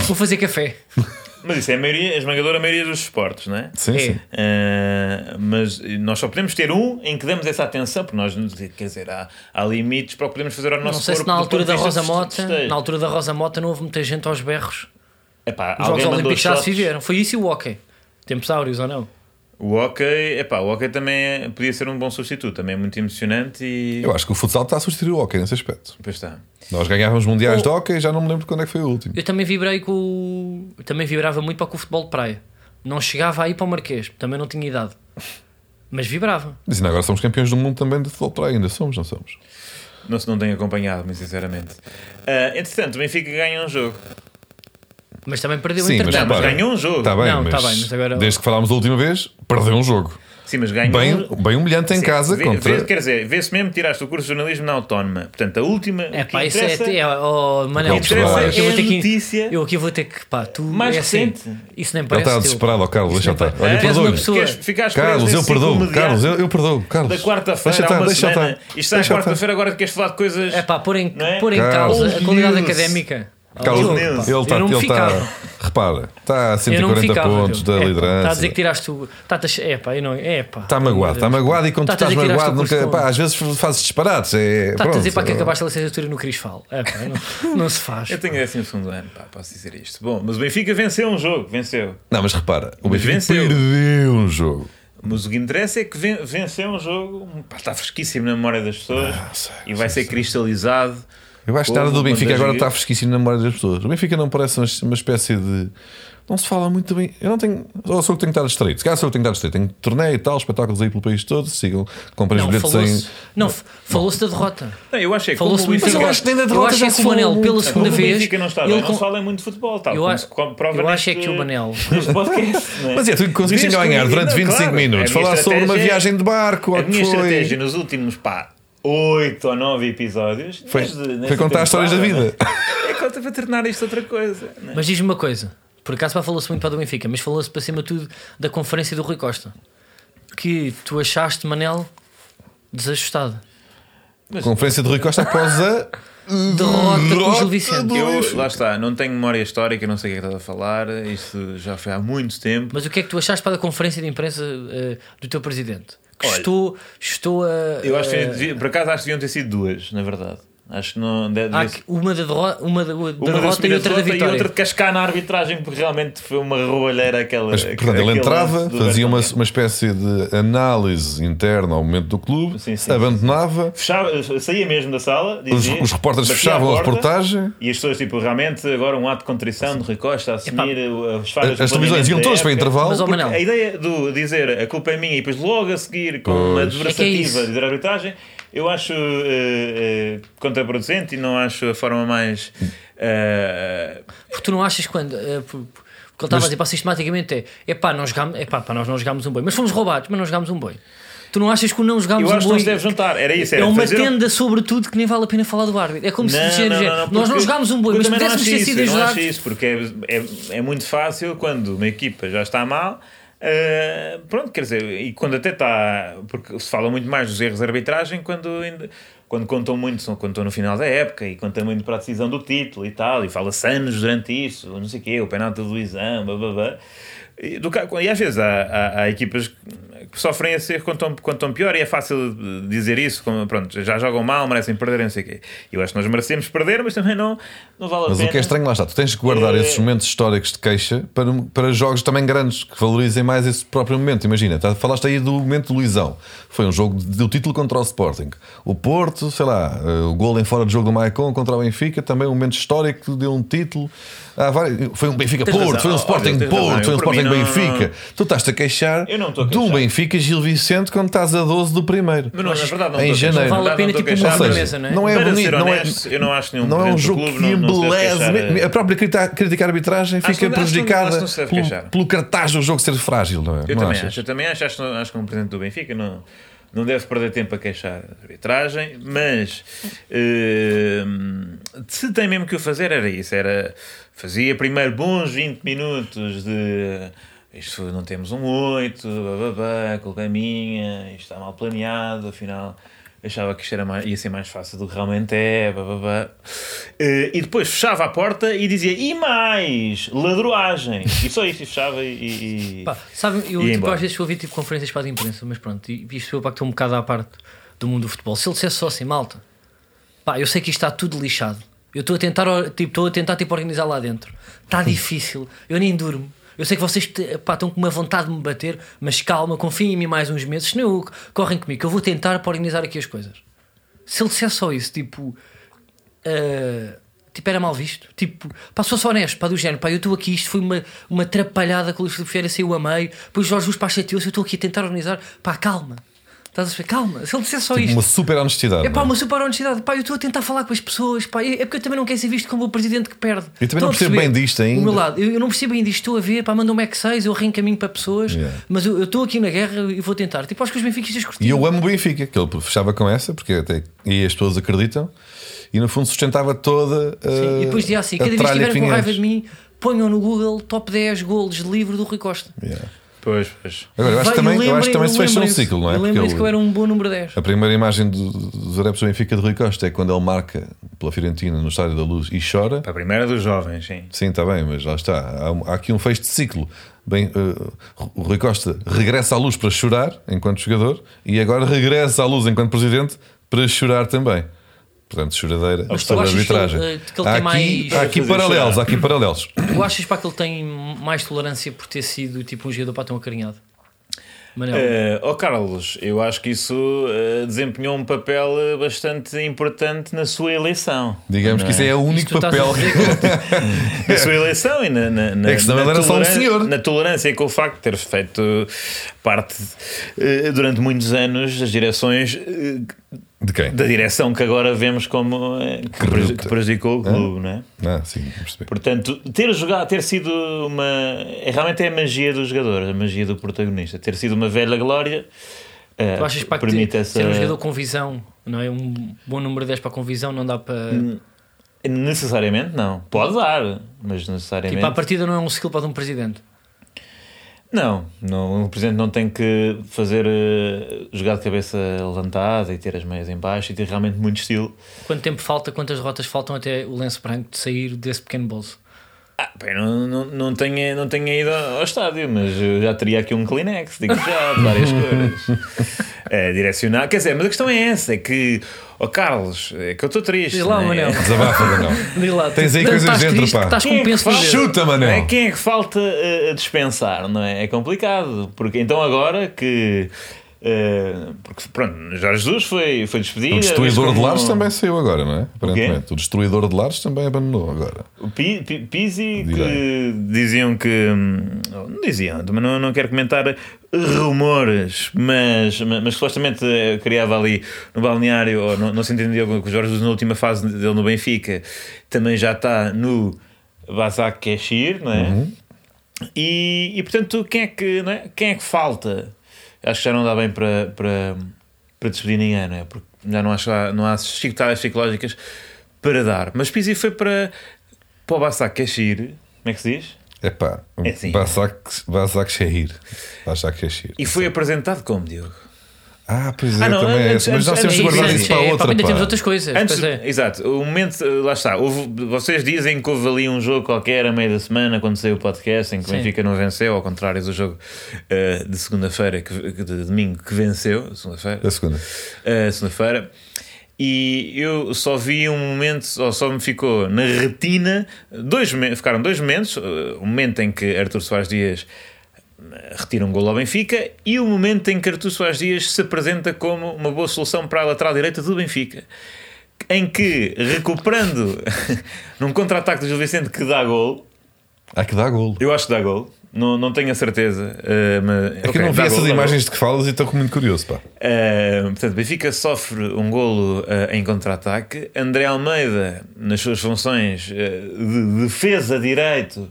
S1: Vou fazer café.
S3: Mas isso é a maioria, a esmagadora maioria dos esportes, não é?
S2: Sim,
S1: é.
S2: sim.
S3: Ah, mas nós só podemos ter um em que damos essa atenção, porque nós, quer dizer, há, há limites para o que podemos fazer ao nosso
S1: Não sei se
S3: corpo
S1: na
S3: do
S1: altura
S3: ponto
S1: da
S3: de vista
S1: Rosa
S3: de
S1: Mota,
S3: festejo.
S1: na altura da Rosa Mota não houve muita gente aos berros.
S3: Epá,
S1: Os
S3: alguém
S1: Jogos
S3: mandou
S1: Olímpicos já se
S3: shots.
S1: fizeram. Foi isso e o hockey. Tempos áureos ou não?
S3: O hockey, epá, o hockey também é- podia ser um bom substituto, também é muito emocionante e.
S2: Eu acho que o futsal está a substituir o hockey nesse aspecto.
S3: Pois está.
S2: Nós ganhávamos mundiais
S1: Oh.
S2: de hockey já não me lembro quando é que foi o último.
S1: Eu também vibrei com o... eu Também vibrava muito para com o futebol de praia. Não chegava aí para o Marquês, também não tinha idade. Mas vibrava.
S2: Mas ainda agora somos campeões do mundo também de futebol de praia. Ainda somos, não somos?
S3: Não se não tenho acompanhado, muito sinceramente. Ah, entretanto, o Benfica ganha um jogo.
S1: Mas também perdeu
S2: Sim,
S1: entretanto.
S3: Não, mas
S2: repara,
S3: ganhou um jogo.
S2: Está bem,
S1: Não,
S2: mas,
S1: tá bem, mas agora-
S2: desde que falámos da última vez, perdeu um jogo.
S3: Sim, mas ganhou
S2: Bem,
S3: um
S2: bem humilhante em
S3: Sim,
S2: casa
S3: vê-
S2: contra.
S3: vê- quer dizer, vê-se mesmo que tiraste o curso de jornalismo na autónoma. Portanto, a última.
S1: É
S3: o que
S1: pá, isso é.
S3: interessa-
S1: é oh, Manel,
S2: O que interessa
S1: desculpa, eu
S3: é
S1: vou
S3: a
S1: ter
S3: notícia
S1: que. Eu aqui vou ter que. Pá, tu.
S3: mais
S1: é assim,
S3: recente.
S1: Isso nem
S2: Ele tá
S1: parece.
S2: está
S1: teu.
S2: desesperado, ó Carlos, deixa estar.
S1: parece-
S2: Olha,
S1: parece uma
S2: perdoe-me.
S1: pessoa-
S3: Queres ficar às
S2: Carlos, eu perdoo. Carlos, eu, eu perdoo. Carlos,
S3: um Da quarta-feira,
S2: deixa
S3: há
S2: estar,
S3: uma
S2: deixa
S3: semana.
S2: estar.
S3: Isto é está
S2: Deixa
S3: na
S2: estar.
S3: quarta-feira, agora queres falar de coisas.
S1: É pá, pôr em,
S3: Não é?
S1: pôr em
S2: Carlos.
S1: causa a qualidade
S3: News.
S1: académica.
S2: Carlos,
S1: Oh,
S2: ele
S1: pá,
S3: News.
S2: está,
S1: eu não
S2: ele tá
S1: me
S2: está,
S1: ficava.
S2: repara, está a
S1: Eu não
S2: 140
S1: me ficava.
S2: pontos
S1: teu.
S2: da
S1: É pá,
S2: liderança.
S1: Está a dizer que tiraste o. Está é pá, eu não. É pá.
S2: Está Tá magoado, está magoado e quando tu
S3: tá,
S1: Tá-te a
S2: estás
S1: dizer que tiraste
S2: magoado,
S1: o curso
S2: nunca,
S1: todo.
S2: pá, às vezes fazes disparates. É,
S1: Está a
S2: pronto.
S1: dizer para que acabaste a licenciatura no Crisfal. É pá, não, não se faz.
S3: Eu tenho 12 segundo ano, pá, posso dizer isto. Bom, mas o Benfica venceu um jogo, venceu.
S2: Não, mas repara, o
S3: Mas
S2: Benfica
S3: venceu.
S2: perdeu um jogo.
S3: Mas o que interessa é que ven- venceu um jogo, pá, está fresquíssimo na memória das pessoas
S2: Ah, sei,
S3: e vai ser cristalizado.
S2: Eu acho que nada
S3: Houve
S2: do
S3: uma
S2: Benfica
S3: das-
S2: agora está fresquíssimo na memória das pessoas. O Benfica não parece uma, uma espécie de. Não se fala muito bem. Eu não tenho. Ou sou eu que tenho que estar distraído. Se calhar sou eu que tenho que estar distraído. Tenho torneio e tal, espetáculos aí pelo país todo. Sigam, comprem os
S1: Não,
S2: bilhetes em.
S1: falou-se não, f- falou-se da derrota.
S3: Não, eu acho é que
S1: Falou-se
S3: como o
S1: muito
S3: Benfica-
S2: Mas eu acho que nem da
S1: Eu
S2: derrota
S1: acho
S2: já
S1: é
S2: se
S1: que o
S2: falou
S1: Manel,
S2: muito.
S1: pela
S3: Como
S1: segunda
S3: o
S1: vez.
S3: Benfica não está
S1: ele
S3: bem, não
S1: com-
S3: se fala muito de futebol, tal.
S1: Eu
S3: como
S1: acho-
S3: se co- prova
S1: eu acho é
S3: neste-
S1: que o Manel-
S3: neste podcast, não é?
S2: Mas é, tu conseguiste
S3: Desde
S2: ganhar
S3: que-
S2: durante
S3: não,
S2: 25
S3: claro.
S2: minutos.
S3: A minha
S2: Falar sobre uma
S3: estratégia- é-
S2: viagem de barco.
S3: A
S2: ou que
S3: minha
S2: foi.
S3: estratégia nos últimos, pá, 8 ou 9 episódios
S2: Foi,
S3: desde-
S2: foi
S3: nesta
S2: contar histórias da
S3: temporada,
S2: vida.
S3: não é? É conta para tornar isto outra coisa. não é?
S1: Mas diz-me uma coisa: por acaso pá, falou-se muito para o Benfica, mas falou-se para cima de tudo da conferência do Rui Costa. Que tu achaste, Manel, desajustado.
S2: Conferência de Rui Costa após a.
S1: Derrota com o Gil
S2: do-
S1: Vicente.
S3: Eu, lá está, não tenho memória histórica, não sei o que é que estás a falar, isto já foi há muito tempo.
S1: Mas o que é que tu achaste para a conferência de imprensa eh, do teu presidente? Que
S3: Olha,
S1: estou, estou a. eh,
S3: Eu acho que
S1: a-
S3: devia- por acaso acho que deviam ter sido duas, na verdade. Acho que não deve
S1: há aqui uma da, derro- uma da- da
S3: é uma da
S1: derrota e outra da
S3: derrota
S1: vitória.
S3: e outra de cascar na arbitragem, porque realmente foi uma roubalheira aquela.
S2: Mas, portanto, ele
S3: aquele
S2: entrava,
S3: lance do
S2: fazia uma,
S3: Bertolini.
S2: uma espécie de análise interna ao momento do clube,
S3: Sim, sim,
S2: abandonava,
S3: Fechava, saía mesmo da sala,
S2: os,
S3: dizia,
S2: os repórteres
S3: batia à
S2: fechavam a
S3: porta,
S2: reportagem,
S3: E as pessoas, tipo, realmente agora um ato de contrição de Rui Costa a assumir o- as falhas
S2: as
S3: do planeamento
S2: televisões iam
S3: da
S2: todas para
S3: época.
S2: intervalo.
S1: Mas, ó, Manel,
S3: A ideia do dizer a culpa é minha e depois logo a seguir com
S1: É que
S3: uma
S1: é
S3: demonstrativa
S1: isso.
S3: dizer a arbitragem, eu acho eh, eh, contraproducente e não acho a forma mais. eh,
S1: Porque tu não achas quando. eh, por- por- porque ele estava a dizer pá, sistematicamente é é pá, nós jogámos, é pá, pá, nós não jogámos um boi, mas fomos roubados, mas não jogámos um boi. Tu não achas que o não jogámos
S3: eu
S1: um
S3: acho que não
S1: boi
S3: se deve juntar. Era isso.
S1: é
S3: Era
S1: uma
S3: fazer um-
S1: tenda, sobretudo, que nem vale a pena falar do árbitro. É como se
S3: Não,
S1: dissesse,
S3: não, não, não,
S1: nós não
S3: porque-
S1: jogámos um boi,
S3: eu
S1: mas
S3: também não
S1: pudéssemos
S3: acho
S1: ter
S3: isso,
S1: sido
S3: eu não acho
S1: ajudados.
S3: isso, porque é, é, é muito fácil quando uma equipa já está mal. eh, pronto, quer dizer, e quando até está. Porque se fala muito mais dos erros de arbitragem quando, ainda- quando contam muito, são- quando estão no final da época e contam muito para a decisão do título e tal, e fala-se anos durante isso, não sei o quê, o penalti do Luizão, blá blá blá. E, do ca- e às vezes há, há- há equipas sofrem esse erro quando estão, quando estão pior, e é fácil dizer isso, como, pronto, já jogam mal, merecem perder, não sei o quê. Eu acho que nós merecemos perder, mas também não, não vale a
S2: Mas
S3: pena.
S2: o que é estranho, lá está, tu tens que guardar
S3: É.
S2: esses momentos históricos de queixa para, para jogos também grandes que valorizem mais esse próprio momento. Imagina, tá, falaste aí do momento do Luizão, foi um jogo do título contra o Sporting. O Porto, sei lá, eh, o gol em fora de jogo do Maicon contra o Benfica, também um momento histórico de um título. Há vários- foi um Benfica
S3: Tens
S2: Porto,
S3: razão.
S2: foi um
S3: Olha,
S2: Sporting
S3: tens razão.
S2: Porto, foi um
S3: Eu, por
S2: Sporting
S3: mim, não-
S2: Benfica. Tu estás-te a queixar
S3: Eu não estou a
S2: de um
S3: queixar.
S2: Benfica Gil Vicente quando estás a 12 do primeiro.
S3: Mas não, na verdade,
S2: Em
S3: não estou a queixar,
S2: janeiro.
S3: na
S1: Vale a
S3: verdade,
S1: pena,
S3: não estou
S1: tipo, uma
S3: queixar, mas-
S1: sobremesa, não é?
S2: não é
S3: Para
S2: bonito,
S3: ser
S2: não é,
S3: honesto, eu não acho nenhum
S2: não é um
S3: presidente
S2: jogo
S3: do clube,
S2: que
S3: não- não se deve
S2: embeleze.
S3: queixar,
S2: Me-
S3: é.
S2: A própria crita- crítica arbitragem
S3: Acho que
S2: fica
S3: não- acho que não-
S2: prejudicada
S3: acho que não se deve
S2: pelo,
S3: queixar.
S2: pelo cartaz do jogo ser frágil, não é?
S3: Eu
S2: Não
S3: também
S2: achas?
S3: acho, eu também acho, acho, acho que um presidente do Benfica não, não deve perder tempo a queixar a arbitragem, mas eh, se tem mesmo que o fazer era isso, era fazia primeiro bons 20 minutos de isto não temos um 8, bababá, culpa é minha, isto está mal planeado, afinal achava que isto era mais- ia ser mais fácil do que realmente é, bababá. Eh, e depois fechava a porta e dizia, e mais, ladroagem, e só isto e fechava e- e- e...
S1: Pá, sabe, eu
S3: E
S1: tipo,
S3: embora.
S1: às vezes ouvir tipo, conferências para a imprensa, mas pronto, e e isto eu pacto um bocado à parte do mundo do futebol. Se ele dissesse só assim, malta, pá, eu sei que isto está tudo lixado. Eu estou a tentar, or- tipo, estou a tentar tipo, organizar lá dentro.
S3: Hum.
S1: Está difícil, eu nem durmo. Eu sei que vocês te- pá, estão com uma vontade de me bater, mas calma, confiem em mim mais uns meses, senão eu- correm comigo, que eu vou tentar para organizar aqui as coisas. Se ele dissesse só isso, tipo, Uh, tipo, era mal visto. Tipo, pá, se fosse honesto, pá, do género, pá, eu estou aqui, isto foi uma, uma atrapalhada com o Luís Filipe Vieira, saiu a meio, depois Jorge Luz, pá, chateou-se, eu estou aqui a tentar organizar, pá, calma. Estás a perceber? Calma, se ele disser só
S2: Tipo, Uma
S1: isto.
S2: super honestidade.
S1: É pá,
S2: não é?
S1: uma super honestidade. Pá, eu estou a tentar falar com as pessoas. Pá, é é porque eu também não quero ser visto como o presidente que perde.
S2: Eu também
S1: Estão
S2: não
S1: a
S2: percebo
S1: perceber?
S2: bem disto ainda.
S1: O meu lado, eu, eu não percebo ainda isto. Estou a ver, pá, mandam me é que seis, eu reencaminho para pessoas.
S2: Yeah.
S1: Mas eu eu estou aqui na guerra e vou tentar. Tipo, acho que os benfiquistas curtiam.
S2: E eu amo o Benfica, que ele fechava com essa, porque até e as pessoas acreditam, e no fundo sustentava toda a.
S1: Sim, e depois dizia assim:
S2: a
S1: cada vez que
S2: tralha
S1: tiverem com
S2: tinha
S1: raiva
S2: antes.
S1: de mim, ponham no Google top 10 golos de livro do Rui Costa.
S2: Yeah.
S3: Pois, pois.
S2: Agora, eu acho que
S1: Vai,
S2: também, eu
S1: lembrem-
S2: acho que também se fecha um
S1: lembrem-se-
S2: ciclo, não é? Porque É
S1: Lembrem-se
S2: ele-
S1: que eu era um bom número 10.
S2: A primeira imagem do- dos adeptos do Benfica de Rui Costa é quando ele marca pela Fiorentina no Estádio da Luz e chora.
S3: Para a primeira dos jovens, sim.
S2: Sim, está bem, mas lá está. Há, um- há aqui um fecho de ciclo. Bem, eh, o Rui Costa regressa à luz para chorar enquanto jogador e agora regressa à luz enquanto presidente para chorar também. Portanto, choradeira
S1: Mas tu
S2: sobre a
S1: achas que ele,
S2: arbitragem.
S1: eh, que ele
S2: há,
S1: tem
S2: aqui,
S1: mais-
S2: há aqui
S3: Fazer
S2: paralelos,
S3: chorar.
S2: há aqui paralelos.
S1: Tu achas para que ele tem mais tolerância por ter sido tipo um jogador para tão acarinhado? Manel,
S3: Eh, ó Carlos, eu acho que isso eh, desempenhou um papel eh, bastante importante na sua eleição.
S2: Digamos
S3: Não
S2: que isso é o
S1: isto tu
S2: único
S1: estás a
S2: papel.
S1: dizer que-
S3: na sua eleição e na, na, na,
S2: É que senão
S3: na
S2: ele era só um
S3: toleran-
S2: senhor.
S3: na tolerância e com o facto de ter feito parte eh, durante muitos anos das direções eh,
S2: De quem?
S3: da direção que agora vemos como eh, que, preju- que prejudicou o clube, não é?
S2: Ah, sim, percebi.
S3: Portanto, ter jogado, ter sido uma. é, Realmente é a magia do jogador, a magia do protagonista. Ter sido uma velha glória. eh,
S1: tu achas para que
S3: permite
S1: ter-
S3: essa.
S1: ser um jogador com visão, não é? Um bom número 10 para com visão não dá para.
S3: Necessariamente não. Pode dar, mas necessariamente.
S1: Tipo, a partida não é um skill para de um presidente.
S3: Não, não, o presidente não tem que fazer eh, jogar de cabeça levantada e ter as meias em baixo e ter realmente muito estilo.
S1: Quanto tempo falta, quantas derrotas faltam até o lance branco de sair desse pequeno bolso?
S3: Ah, bem, não, não, não, tenha, não tenha ido ao estádio, mas eu já teria aqui um Kleenex, digo já, de várias cores. É, direcionar. Quer dizer, mas a questão é essa: é que, ó Carlos, é que eu estou triste.
S1: Diz lá,
S3: né?
S1: Manel.
S2: Desabafa, Manuel.
S1: Diz lá,
S2: Tens aí
S1: tanto
S2: coisas
S1: estás
S2: dentro,
S1: triste
S2: pá.
S1: que Estás com
S3: Quem
S1: um
S3: é que
S1: penso no
S3: faz-
S1: dedo.
S2: Chuta,
S3: Não é?
S2: Manel!
S3: Quem é que falta eh, a dispensar, não é? É complicado. Porque então agora que. eh, porque pronto, Jorge Jesus foi, foi despedido.
S2: O destruidor
S3: mas
S2: de
S3: como-
S2: lares também saiu agora, não é? Aparentemente. O destruidor de lares também abandonou agora.
S3: O Pi- Pi- Pizzi,
S2: Direi.
S3: que diziam que. hum, Não diziam, mas não, não quero comentar rumores, mas, mas, mas supostamente eh, criava ali no balneário, ou não, não se entendia com o Jorge Jesus na última fase dele no Benfica, também já está no Bazak Keshir, não é? E, e, portanto, quem é, que, não é? quem é que falta? Acho que já não dá bem para, para, para despedir ninguém, não é? Porque já não, acho, lá- não há chicotadas psicológicas para dar. Mas Pizzi foi para, para o Bassac Cachir, como é que se diz?
S2: Epá,
S3: É assim.
S2: Basak Basak Shahir. Basak Shahir.
S3: E foi apresentado como, Diogo?
S2: Ah, pois é,
S3: Ah, não,
S2: também é
S3: antes-
S2: esse. Mas nós temos
S3: antes-
S2: que
S3: antes- é,
S2: guardar
S3: sim,
S2: isso
S3: sim,
S2: para a outra.
S1: é, ainda
S2: pá.
S1: temos outras coisas.
S3: Antes,
S1: pois é.
S3: Exato, o momento, lá está. houve- vocês dizem que houve ali um jogo qualquer a meio da semana, quando saiu o podcast, em que o
S1: Sim.
S3: Benfica não venceu, ao contrário do jogo eh, de segunda-feira, que- que- de domingo, que venceu, segunda-feira,
S2: A segunda.
S3: eh, segunda-feira. E eu só vi um momento, ou só me ficou na retina, dois, me- ficaram dois momentos: eh, o momento em que Arthur Soares Dias eh, retira um gol ao Benfica e o momento em que Arthur Soares Dias se apresenta como uma boa solução para a lateral direita do Benfica. Em que, recuperando num contra-ataque do Gil Vicente que dá gol,
S2: Há que dar golo.
S3: eu acho que dá gol, não, não tenho a certeza. eh, mas,
S2: É que eu não vi essas imagens de que falas e estou com muito curioso, pá.
S3: Uh, portanto, Benfica sofre um golo uh, em contra-ataque. André Almeida, nas suas funções uh, de defesa direito,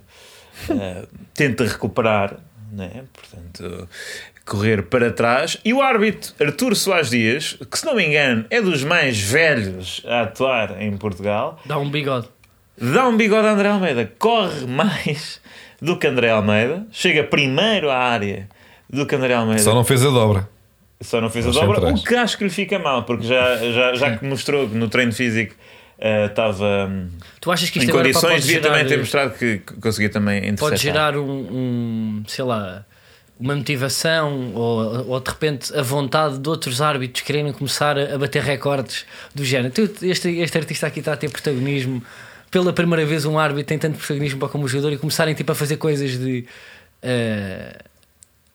S3: uh, tenta recuperar, né? portanto, correr para trás. E o árbitro, Artur Soares Dias, que se não me engano é dos mais velhos a atuar em Portugal,
S1: Dá um bigode.
S3: dá um bigode a André Almeida, corre mais do que André Almeida, chega primeiro à área do que André Almeida.
S2: Só não fez a dobra.
S3: Só não fez a
S2: Os
S3: dobra,
S2: centrais.
S3: o que acho que lhe fica mal, porque já, já, já que mostrou que no treino físico eh, estava hum,
S1: Tu achas que
S3: em
S1: isto agora é pá,
S3: condições,
S1: pode
S3: devia
S1: gerar,
S3: também ter mostrado que que conseguia também interceptar.
S1: pode gerar um, um, sei lá, uma motivação ou, ou de repente a vontade de outros árbitros quererem começar a, a bater recordes do género. Tu- este, este artista aqui está a ter protagonismo. Pela primeira vez, um árbitro tem tanto protagonismo para como jogador e começarem tipo, a fazer coisas de. eh,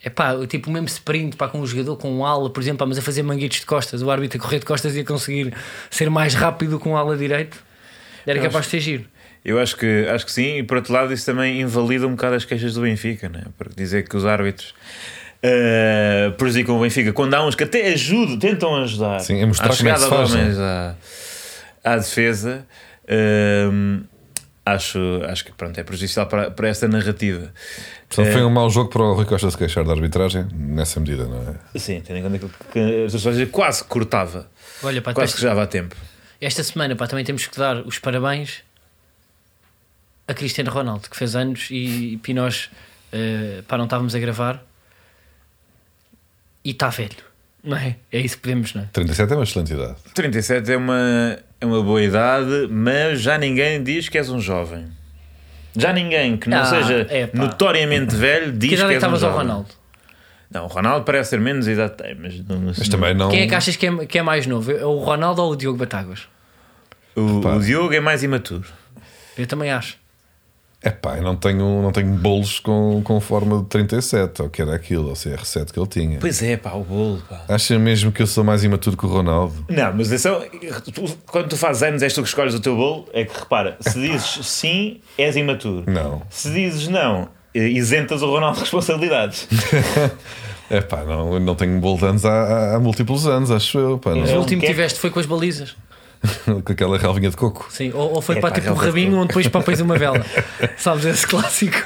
S1: É pá, tipo o mesmo sprint pá, com um jogador com um ala, por exemplo, pá, mas a fazer manguitos de costas, o árbitro a correr de costas e a conseguir ser mais rápido com um ala direito, era
S3: Mas-
S1: capaz de ter giro.
S3: Eu acho que, acho que sim, e por outro lado, isso também invalida um bocado as queixas do Benfica, né? porque dizer que os árbitros eh, prejudicam o Benfica, quando há uns que até ajudam, tentam ajudar
S2: Sim, é mostrar
S3: à
S2: como é que
S3: chegada
S2: se faz,
S3: de homens à, à defesa, ehm, acho, acho que pronto, é prejudicial para, para esta narrativa.
S2: Portanto,
S3: Eh,
S2: foi um mau jogo para o Rui Costa se queixar da arbitragem, nessa medida, não é?
S3: Sim, tendo em conta que, que as pessoas quase cortava,
S1: Olha, pá,
S3: quase
S1: tens-
S3: que já dava tempo.
S1: Esta semana, pá, também temos que dar os parabéns a Cristiano Ronaldo, que fez anos e, e nós eh, pá, não estávamos a gravar e está velho, não é? É isso que podemos, não é?
S2: 37 é uma excelente idade.
S3: 37 é uma, é uma boa idade, mas já ninguém diz que és um jovem. Já ninguém que não
S1: Ah,
S3: seja
S1: epá.
S3: notoriamente velho diz
S1: Que
S3: que,
S1: idade é que
S3: és um
S1: estavas ao
S3: jovem.
S1: Ronaldo?
S3: Não, o Ronaldo parece ter menos idade, tem, mas não, não-
S2: Mas também não.
S1: Quem é que achas que é, que é mais novo? É o Ronaldo ou o Diogo Batáguas?
S3: o,
S2: Pá.
S3: o Diogo é mais imaturo.
S1: Eu também acho.
S2: Epá, eu não tenho, não tenho bolos com, com forma de 37, ou que era aquilo, ou CR7 que ele tinha.
S3: Pois é, pá, o bolo, pá.
S2: Acha mesmo que eu sou mais imaturo que o Ronaldo?
S3: Não, mas atenção, tu- quando tu fazes anos, és tu que escolhes o teu bolo. É que repara, se dizes sim, és imaturo.
S2: Não.
S3: Se dizes não, eh, isentas o Ronaldo de responsabilidades.
S2: Epá, não, eu não tenho bolo de anos há, há- há múltiplos anos, acho eu. Pá,
S1: O
S3: É,
S2: não.
S3: o
S1: último
S3: que
S1: que
S3: é que-
S1: tiveste foi com as balizas.
S2: com aquela relvinha de coco.
S1: Sim, ou, ou foi
S3: É,
S1: para
S3: pá,
S1: tipo o
S3: realmente
S1: rabinho
S3: foi.
S1: onde depois para pôs uma vela. Sabes esse clássico?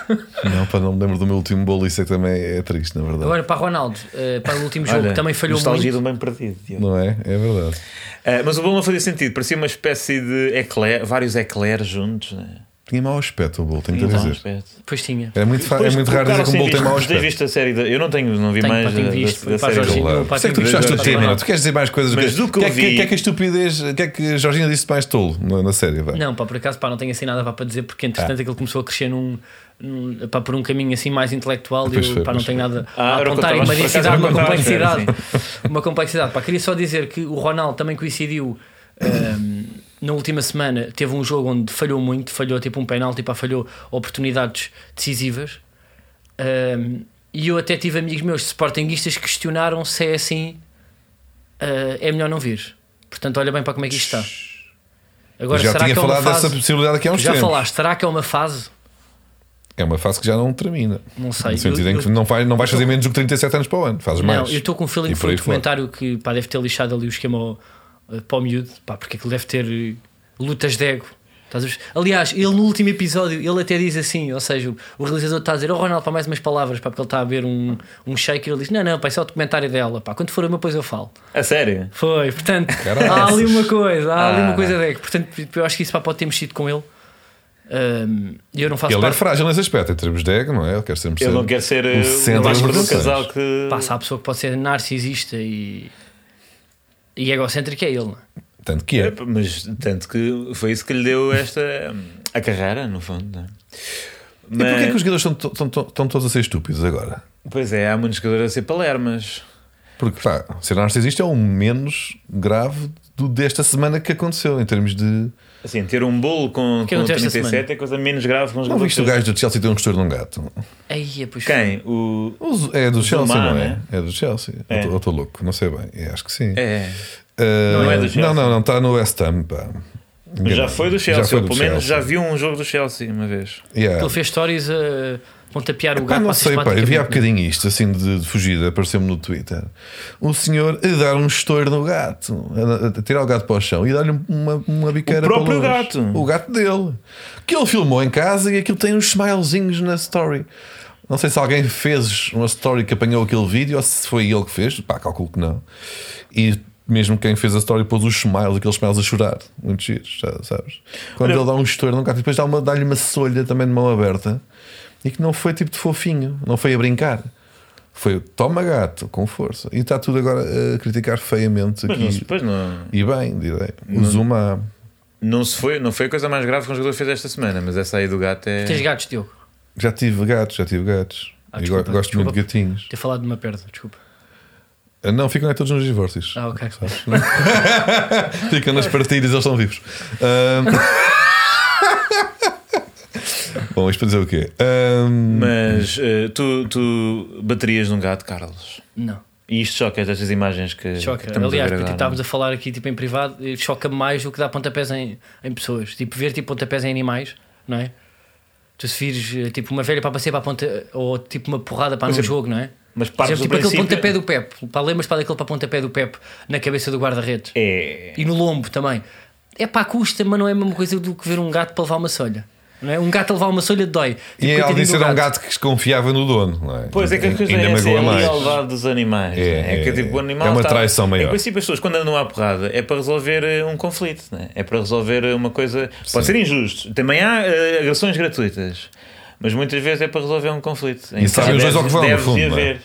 S2: Não, pá, não me lembro do meu último bolo, isso é que também é triste, na verdade.
S1: Agora para Ronaldo, eh, para o último jogo
S3: Olha,
S1: que também falhou muito.
S3: nostalgia do bem perdido. Diogo.
S2: Não é? É verdade.
S3: Ah, mas o bolo não fazia sentido, parecia uma espécie de eclair, vários eclairs juntos, né?
S2: Tinha mau aspecto o bolo, tenho que
S3: Tinha um
S2: dizer.
S3: aspecto.
S1: Pois tinha.
S2: É muito, fa- é
S3: Depois
S2: muito raro dizer
S3: colocaram
S2: que um bolo
S3: sem
S2: tem mau
S3: visto. Tens
S2: aspecto.
S3: visto a série da- Eu não tenho, não vi
S1: Tenho,
S3: mais
S1: pá, tenho
S3: da-
S1: visto.
S3: da, da
S1: Pá,
S3: série
S1: Jorginho,
S3: do-
S1: Claro. pá,
S2: Sei que tu
S1: tem
S2: gostaste
S1: que-
S2: do tema, não? tu queres dizer mais coisas
S3: Mas do que eu
S2: é que,
S3: vi-
S2: que é que a estupidez, o que é que a Jorginha disse mais tolo na, na série? Vá?
S1: Não, pá, por acaso pá, não tenho assim nada vá, para dizer, porque
S2: Ah.
S1: entretanto aquilo começou a crescer num, num- pá, por um caminho assim mais intelectual e
S2: Pois
S1: eu
S2: foi,
S1: pá, não
S2: pois
S1: tenho nada
S3: Ah,
S1: a
S3: era o que eu
S1: apontar.
S3: estava-
S1: Uma
S3: por acaso
S1: densidade,
S3: era
S1: uma
S3: o que eu estava à
S1: complexidade.
S3: espera,
S1: Uma complexidade. Pá, queria só dizer que o Ronaldo também coincidiu. ahm, na última semana teve um jogo onde falhou muito, falhou tipo um penalti, pá, falhou oportunidades decisivas. Ahm, e eu até tive amigos meus sportinguistas que questionaram se é assim, ah, é melhor não vir. Portanto, olha bem para como é que isto está. Agora,
S2: já
S1: será
S2: tinha
S1: que é uma
S2: falado
S1: fase...
S2: dessa possibilidade aqui há uns
S1: Já
S2: tempos.
S1: falaste, será que é uma fase?
S2: É uma fase que já não termina.
S1: Não sei.
S2: No sentido
S1: Eu-
S2: em que não, vai, não vais fazer menos do que 37 anos para o ano, fazes
S1: Não,
S2: mais.
S1: eu estou com um feeling
S2: E
S1: que foi um
S2: por aí fora.
S1: documentário que pá, deve ter lixado ali o esquema ao- eh, para o miúdo, pá, porque aquilo deve ter eh, lutas de ego. Estás a ver? Aliás, ele no último episódio ele até diz assim: ou seja, o, o realizador está a dizer, oh Ronaldo, para mais umas palavras, pá, porque ele está a ver um, um shaker. Ele diz: não, não, pá, isso é o documentário dela, pá, quando for uma, depois eu falo.
S3: A sério?
S1: Foi, portanto,
S2: Caraças.
S1: há ali uma coisa, há ali
S3: Ah.
S1: uma coisa de ego. Portanto, eu acho que isso pá, pode ter mexido com ele. Ahm, E eu não faço
S2: Ele é
S1: parte.
S2: frágil nesse aspecto, em termos de ego, não é? Ele quer sempre
S3: Eu
S2: ser- um eh,
S3: não quero ser
S2: centro é
S3: o
S2: das
S3: do
S2: relações.
S3: um casal que.
S1: Passa a pessoa que pode ser narcisista e E egocêntrico é ele, não é?
S2: Tanto que é.
S3: Mas tanto que foi isso que lhe deu esta a carreira, no fundo. não é?
S2: E porquê que
S3: Mas-
S2: os jogadores estão, estão, estão- estão todos a ser estúpidos agora?
S3: Pois é, há muitos jogadores a ser palermas.
S2: Porque pá, ser narcisista é o menos grave do, desta semana que aconteceu em termos de.
S3: Assim, ter um bolo com,
S1: Quem
S3: com
S1: não teve esta
S3: 37 é coisa menos grave que uns
S2: Não
S3: jogadores.
S2: viste o gajo do Chelsea ter um gestor de um gato?
S1: Aí, é, pois
S3: Quem? O.
S2: Os- É do Chelsea,
S3: Gilmar,
S2: não é?
S3: né?
S2: É do Chelsea.
S3: É.
S2: Eu estou louco, não sei bem. Eu acho que sim.
S3: É.
S2: Ah,
S3: Não é do Chelsea.
S2: Não, não, não, está no West Ham. Pá.
S3: Já foi do Chelsea,
S2: foi do
S3: ou pelo menos
S2: Chelsea.
S3: já viu um jogo do Chelsea uma vez.
S2: Yeah.
S1: Ele fez stories a pontapear o
S2: Pá,
S1: gato
S2: não
S1: para
S2: sei, pá, eu
S3: é?
S2: vi há bocadinho isto, assim de, de fugida, apareceu-me no Twitter. Um senhor a dar um estouro no gato, a, a tirar o gato para o chão e dar-lhe uma, uma biqueira
S3: O próprio
S2: para longe.
S3: gato.
S2: O gato dele. Que ele filmou em casa e aquilo tem uns smilezinhos na story. Não sei se alguém fez uma story que apanhou aquele vídeo ou se foi ele que fez, pá, calculo que não. E mesmo quem fez a story pôs os smiles, aqueles smiles a chorar, muitos giros, já sabes? Quando
S3: Olha-
S2: ele dá um estouro num gato, depois dá uma- dá-lhe uma, solha também de mão aberta e que não foi tipo de fofinho, não foi a brincar. Foi toma gato, com força. E está tudo agora a criticar feiamente
S3: Mas não, se-
S2: aqui.
S3: pois não,
S2: E bem, direi. O Zuma.
S3: não, se foi, não foi a coisa mais grave que um jogador fez esta semana, mas essa aí do gato é.
S1: Tens gatos, Diogo.
S2: Já tive gatos, já tive gatos.
S1: Ah,
S2: E
S1: desculpa,
S2: go- gosto muito de gatinhos.
S1: Ter falado de uma perda, desculpa.
S2: Ah, Não, ficam é todos nos divórcios.
S1: Ah, ok.
S3: Ah.
S2: Ficam nas partilhas, eles são vivos. Ahm. Bom, isto para dizer o quê? Ahm,
S3: Mas eh, tu, tu baterias num gato, Carlos.
S1: Não.
S3: E isto choca estas imagens
S2: É,
S3: que.
S1: Choca.
S3: que estamos a
S1: Aliás,
S3: ver
S1: porque
S3: agora.
S1: estávamos a falar aqui tipo, em privado, eh, choca mais do que dar pontapés em, em pessoas. Tipo, ver tipo, pontapés em animais, não é? Tu se vires eh, tipo uma velha para passear para a ponta ou tipo uma porrada para um jogo, não é?
S3: Mas
S1: Por
S3: partes
S1: exemplo,
S3: do
S1: tipo aquele
S3: princípio-
S1: pontapé do Pep, para lembras para daquele para pontapé do Pep na cabeça do guarda-redes
S3: É.
S1: e no lombo também. É pá, custa, mas não é a mesma coisa do que ver um gato para levar uma solha. Não é? Um gato a levar uma solha dói.
S2: E
S1: Tipo,
S2: ela
S1: coitadinho
S2: disse
S1: do
S2: era um gato que desconfiava no dono. Não é?
S3: Pois é que a coisa
S2: Ainda
S3: é essa, é
S2: magoa
S3: a
S2: mais.
S3: lealdade dos animais.
S2: É,
S3: né? É, que
S2: é,
S3: tipo, o
S2: é.
S3: animal
S2: É uma
S3: tá-
S2: traição maior.
S3: Em princípio, as pessoas quando andam à porrada é para resolver eh, um conflito, né? é para resolver eh, uma coisa. Pode ser injusto. Também há eh, agressões gratuitas, mas muitas vezes é para resolver um conflito. Em
S2: E sabem
S3: que
S2: os dois
S3: deve-
S2: ao que vão, no
S3: deve-se
S2: fundo, não é?
S3: haver.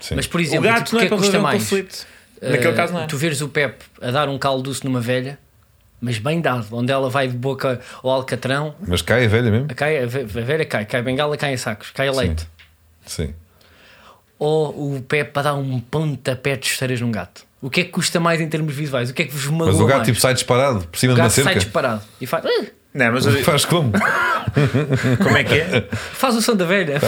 S2: Sim.
S1: Mas por
S3: O
S1: exemplo,
S3: gato
S1: tipo,
S3: não
S1: o que
S3: é
S1: é que
S3: para
S1: custa
S3: resolver um
S1: mais?
S3: conflito.
S1: Eh,
S3: Naquele caso, não é.
S1: Tu veres o Pep a dar um caldoço numa velha, mas bem dado, onde ela vai de boca ao alcatrão,
S2: Mas cai a velha mesmo?
S1: a, cai, a ve- a velha cai, cai a bengala, cai em sacos, cai a leite.
S2: Sim.
S1: Ou o Pep a dar um pontapé de esteiras num gato. O que é que custa mais em termos visuais? O que é que vos magoa
S2: Mas o gato
S1: mais?
S2: tipo, sai disparado por cima
S1: o
S2: de uma
S1: gato sai
S2: cerca.
S1: disparado e faz, "Ah",
S3: Não, mas olha,
S2: Faz como?
S3: como é que é?
S1: faz o som da velha.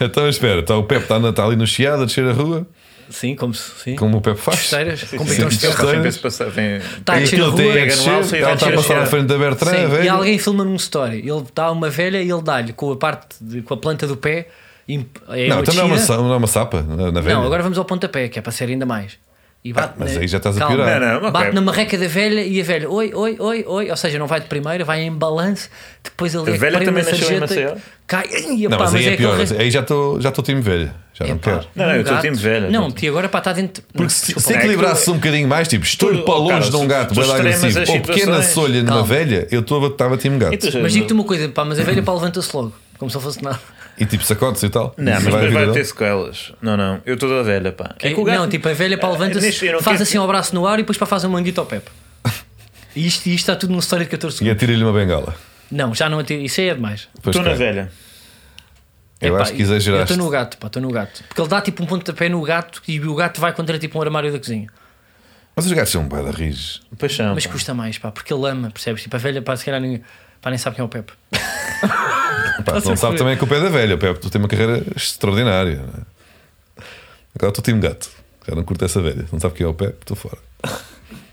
S2: então espera, está o Pepe está na- está ali no chiado a descer a rua,
S1: sim, como se. Sim.
S2: como o Pepe faz.
S1: Esteiras, com
S2: sim.
S1: botões de
S2: Sim.
S1: esteiras.
S2: Esteiras.
S3: Sempre se passa- tem-
S1: um Tá a
S2: E
S1: descer a
S2: aquilo
S1: rua.
S2: tem é
S3: pega no alço
S2: descer,
S3: e
S2: ela está a
S3: vai descer a
S2: passar à
S3: escada.
S2: frente da Bertrand,
S1: Sim,
S2: a
S1: e
S2: velha.
S1: alguém filma num story. Ele dá uma velha e ele dá-lhe com a parte de- com a planta do pé. imp- É
S2: Não, então não é, uma,
S1: descida.
S2: sa- não é uma sapa na, na velha. Ah,
S1: Não, agora vamos ao pontapé, que é para ser ainda mais. E bate
S2: mas
S1: na-
S2: aí já estás a
S1: Calma.
S2: piorar.
S3: Não, não, ok.
S1: Bate na marreca da velha e a velha, oi, oi, oi, oi. Ou seja, não vai de primeira, vai em balanço. Depois ele
S3: A
S1: é que
S3: velha
S1: prende
S3: também
S1: a
S3: nasceu em
S1: sarjeta,
S3: Maceió?
S1: Cai, e,
S2: Não,
S1: pá,
S2: mas,
S1: mas
S2: é- aí é,
S1: aquele
S2: pior.
S1: resto-
S2: Aí já estou já estou time velho. Já
S1: Epá,
S2: não
S1: um
S2: quero.
S3: Não, não, eu estou
S1: gato-
S3: time velha,
S1: Não,
S3: gente.
S1: tia, agora para estar dentro.
S2: Porque se, se
S3: É que
S2: equilibrasse um bocadinho mais, tipo, estou
S3: tu-
S2: para
S3: oh,
S2: longe
S3: cara,
S2: de um
S3: tu-
S2: gato,
S3: tu
S2: bem
S3: extremas
S2: agressivo,
S3: as
S2: ou pequena
S3: situações.
S2: solha numa
S1: Calma.
S2: velha, eu estou- estava time gato.
S3: E tu já-
S1: Mas digo-te uma coisa, pá, mas a velha pá levanta-se logo, como se não fosse nada.
S2: E tipo, sacode-se e tal.
S3: Não,
S2: Isso
S3: mas depois
S2: vir
S3: vai
S2: a
S3: ter
S2: dar.
S3: sequelas. Não, não. Eu estou da velha, pá. É que o gato-
S1: Não, tipo, a velha pá
S3: Neste- eu
S1: levanta-se,
S3: não
S1: faz
S3: quero-
S1: assim o braço no ar e depois para fazer um manguito ao Pepe. E isto, e isto está tudo numa história de 14
S2: E
S1: segundos.
S2: atira-lhe uma bengala.
S1: Não, já não atira. Isso aí é demais.
S2: Pois
S3: Estou na
S2: cai.
S3: velha.
S2: Eu
S1: Epá,
S2: acho que exageraste.
S1: Eu estou no gato, pá, estou no gato. Porque ele dá tipo um pontapé no gato e o gato vai contra tipo um armário da cozinha.
S2: Mas os gatos são um bada rijos.
S3: Paixão.
S1: Mas
S3: pá.
S1: custa mais, pá, porque ele ama, percebes? Tipo, a velha, pá, se calhar nem, pá, nem sabe quem é o Pepe. Tá
S2: Pá, tu não
S1: sempre-
S2: sabe também que o pé da velha. O Pepe tu tem uma carreira extraordinária. não é? Agora estou time gato. Já não curto essa velha. Não sabe quem é o Pepe, estou fora.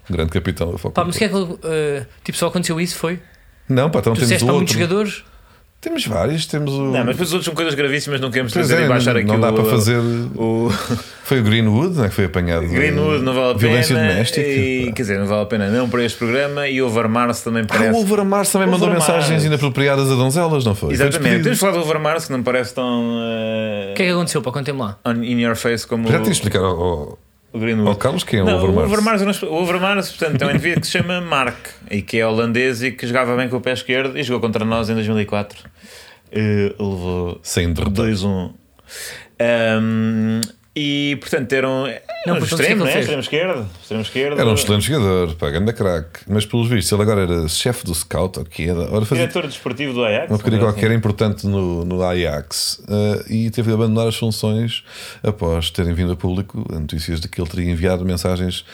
S2: Um grande capitão. eu foco
S1: Pá,
S2: no
S1: mas o que
S2: Pepe.
S1: é que ele, eh, Tipo, só aconteceu isso, foi?
S2: Não, pá, então
S1: Tu
S2: temos
S1: disseste
S2: o
S1: para muitos
S2: outro.
S1: jogadores?
S2: Temos vários. Temos o.
S3: Não, mas depois os outros são coisas gravíssimas, não queremos
S2: Pois
S3: trazer
S2: é,
S3: e baixar
S2: não-
S3: aqui
S2: não
S3: o-
S2: dá para fazer-
S3: O
S2: Foi o Greenwood, não é? Que foi apanhado.
S3: Greenwood não vale a pena.
S2: Violência doméstica.
S3: E,
S2: pá.
S3: quer dizer, não vale a pena não para este programa e o Overmars também
S2: Ah,
S3: parece.
S2: o Overmars também mandou
S3: Overmars.
S2: mensagens inapropriadas a donzelas, não foi? Foi
S3: Exatamente.
S2: despedido.
S3: Temos falado do Overmars que não parece tão. eh,
S1: O que é que aconteceu, pá, contem-me lá.
S3: on- in your face como
S2: Já
S3: o-
S2: tens de explicar ao, ao-
S3: o Greenwood.
S2: ao Carlos quem é o
S3: Não,
S2: Overmars.
S3: O Overmars, eu não explico- o Overmars, portanto, é um indivíduo que se chama Mark e que é holandês e que jogava bem com o pé esquerdo e jogou contra nós em 2004. Eh, levou
S2: Sem derrotar.
S3: 2-1. Ahm, E portanto eram.
S1: Não,
S3: Não,
S1: pois,
S3: extremo,
S1: todos
S3: né?
S1: ficam
S3: extremo esquerdo. Extremo esquerdo.
S2: Era um excelente jogador, pá, grande craque. Mas pelos vistos, ele agora era chefe do scout, ou o que era. Ora, fazia
S3: Diretor desportivo do Ajax. assim.
S2: uma porcaria
S3: coisa
S2: Um qualquer importante no, no Ajax eh, e teve de abandonar as funções após terem vindo a público notícias de que ele teria enviado mensagens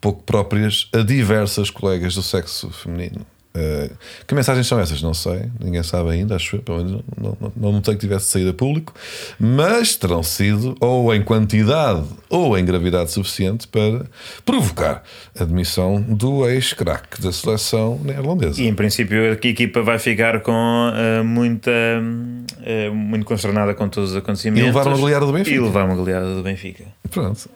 S2: pouco próprias a diversas colegas do sexo feminino. Eh, que mensagens são essas? Não sei, ninguém sabe ainda, acho eu, pelo menos não, não, não notei que tivesse saído a público, mas terão sido ou em quantidade ou em gravidade suficiente para provocar a demissão do ex-craque da seleção neerlandesa.
S3: E em princípio a equipa vai ficar com ah, muita hum, ah, muito consternada com todos os acontecimentos.
S2: E levar uma goleada do Benfica.
S3: E levar uma goleada do Benfica.
S2: Pronto.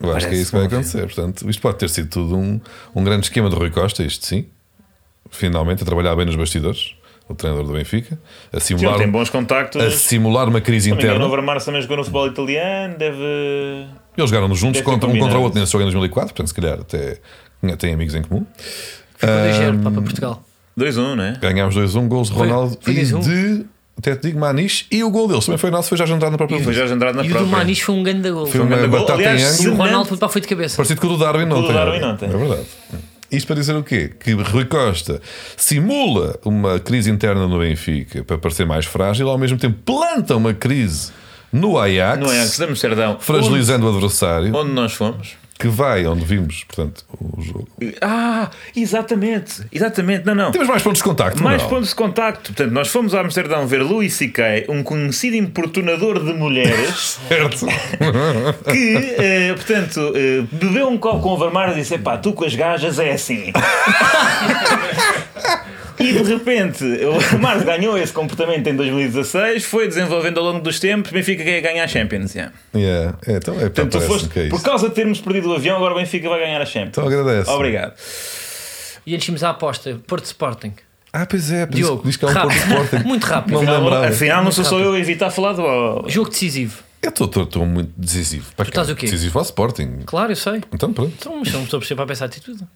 S2: Eu acho
S3: Parece
S2: que é isso que vai
S3: uma vida.
S2: acontecer. Portanto, isto pode ter sido tudo um, um grande esquema do Rui Costa, isto sim. Finalmente, a trabalhar bem nos bastidores, o treinador do Benfica, a
S3: Sim,
S2: simular, um-
S3: ele tem bons contactos.
S2: a simular uma crise
S3: Ninguém
S2: interna.
S3: no Overmars também jogou no futebol italiano, deve.
S2: Eles jogaram juntos
S3: Deve ter
S2: contra, um
S3: combinado.
S2: contra o outro nesse jogo em 2004, portanto, se calhar até tinha- têm amigos em comum.
S1: Ficou
S2: Ah,
S1: ligeiro para Portugal.
S3: 2-1, não é?
S2: Ganhámos 2-1, gols de
S1: Foi-
S2: Ronaldo
S1: foi
S2: e
S1: 2-1.
S2: de, até te digo, Maniche. E o gol deles também foi nosso, foi já jantar na própria
S3: Foi
S2: rede.
S3: Jorge Andrade na
S1: E o do
S3: própria.
S1: Manis foi um grande gol.
S2: Foi
S1: E
S3: um
S2: uma
S3: grande gol.
S2: batata
S3: Aliás,
S2: em
S3: se
S2: ângulo.
S1: o Ronaldo
S3: Fernandes-
S1: foi para a foi de cabeça.
S2: Parecido com o do Darwin ontem.
S3: do Darwin
S2: é
S3: ontem.
S2: verdade. É verdade. Isto para dizer o quê? Que Rui Costa simula uma crise interna no Benfica para parecer mais frágil, ao mesmo tempo planta uma crise no Ajax,
S3: No Ajax de é Amsterdão.
S2: fragilizando o adversário,
S3: Onde, onde nós fomos.
S2: que vai onde vimos, portanto, o jogo.
S3: Ah, exatamente. Exatamente. Não, não.
S2: Temos mais pontos de contacto,
S3: Mais
S2: Então, não? é?
S3: pontos de contacto. Portanto, nós fomos a Amsterdão ver Louis C.K., um conhecido importunador de mulheres.
S2: Certo.
S3: que, eh, portanto, eh, bebeu um copo com o Vermar e disse: pá, tu com as gajas é assim. E de repente o Vermar ganhou esse comportamento em 2016, foi desenvolvendo ao longo dos tempos. Benfica quer ganhar a Champions. Yeah.
S2: yeah. é, então é,
S3: Portanto, tu
S2: parece-me
S3: foste,
S2: que é
S3: por
S2: isso.
S3: causa de termos perdido o avião, agora o Benfica vai ganhar a Champions.
S2: Então agradeço.
S3: Obrigado.
S1: E enchimos a aposta. Porto Sporting.
S2: Ah, pois é, por isso
S1: Diogo,
S2: que diz que há um
S1: rápido.
S2: Porto Sporting.
S1: Muito rápido.
S2: Não me
S1: Afinal,
S2: lembrava.
S3: Afinal, não sou só eu a evitar falar do.
S1: Jogo decisivo.
S2: Eu estou- estou estou muito decisivo. Para
S1: Tu
S2: cá.
S1: estás o quê?
S2: Decisivo ao Sporting.
S1: Claro, eu sei.
S2: Então pronto.
S1: Então, mas eu não estou a perceber para pensar tipo, atitude.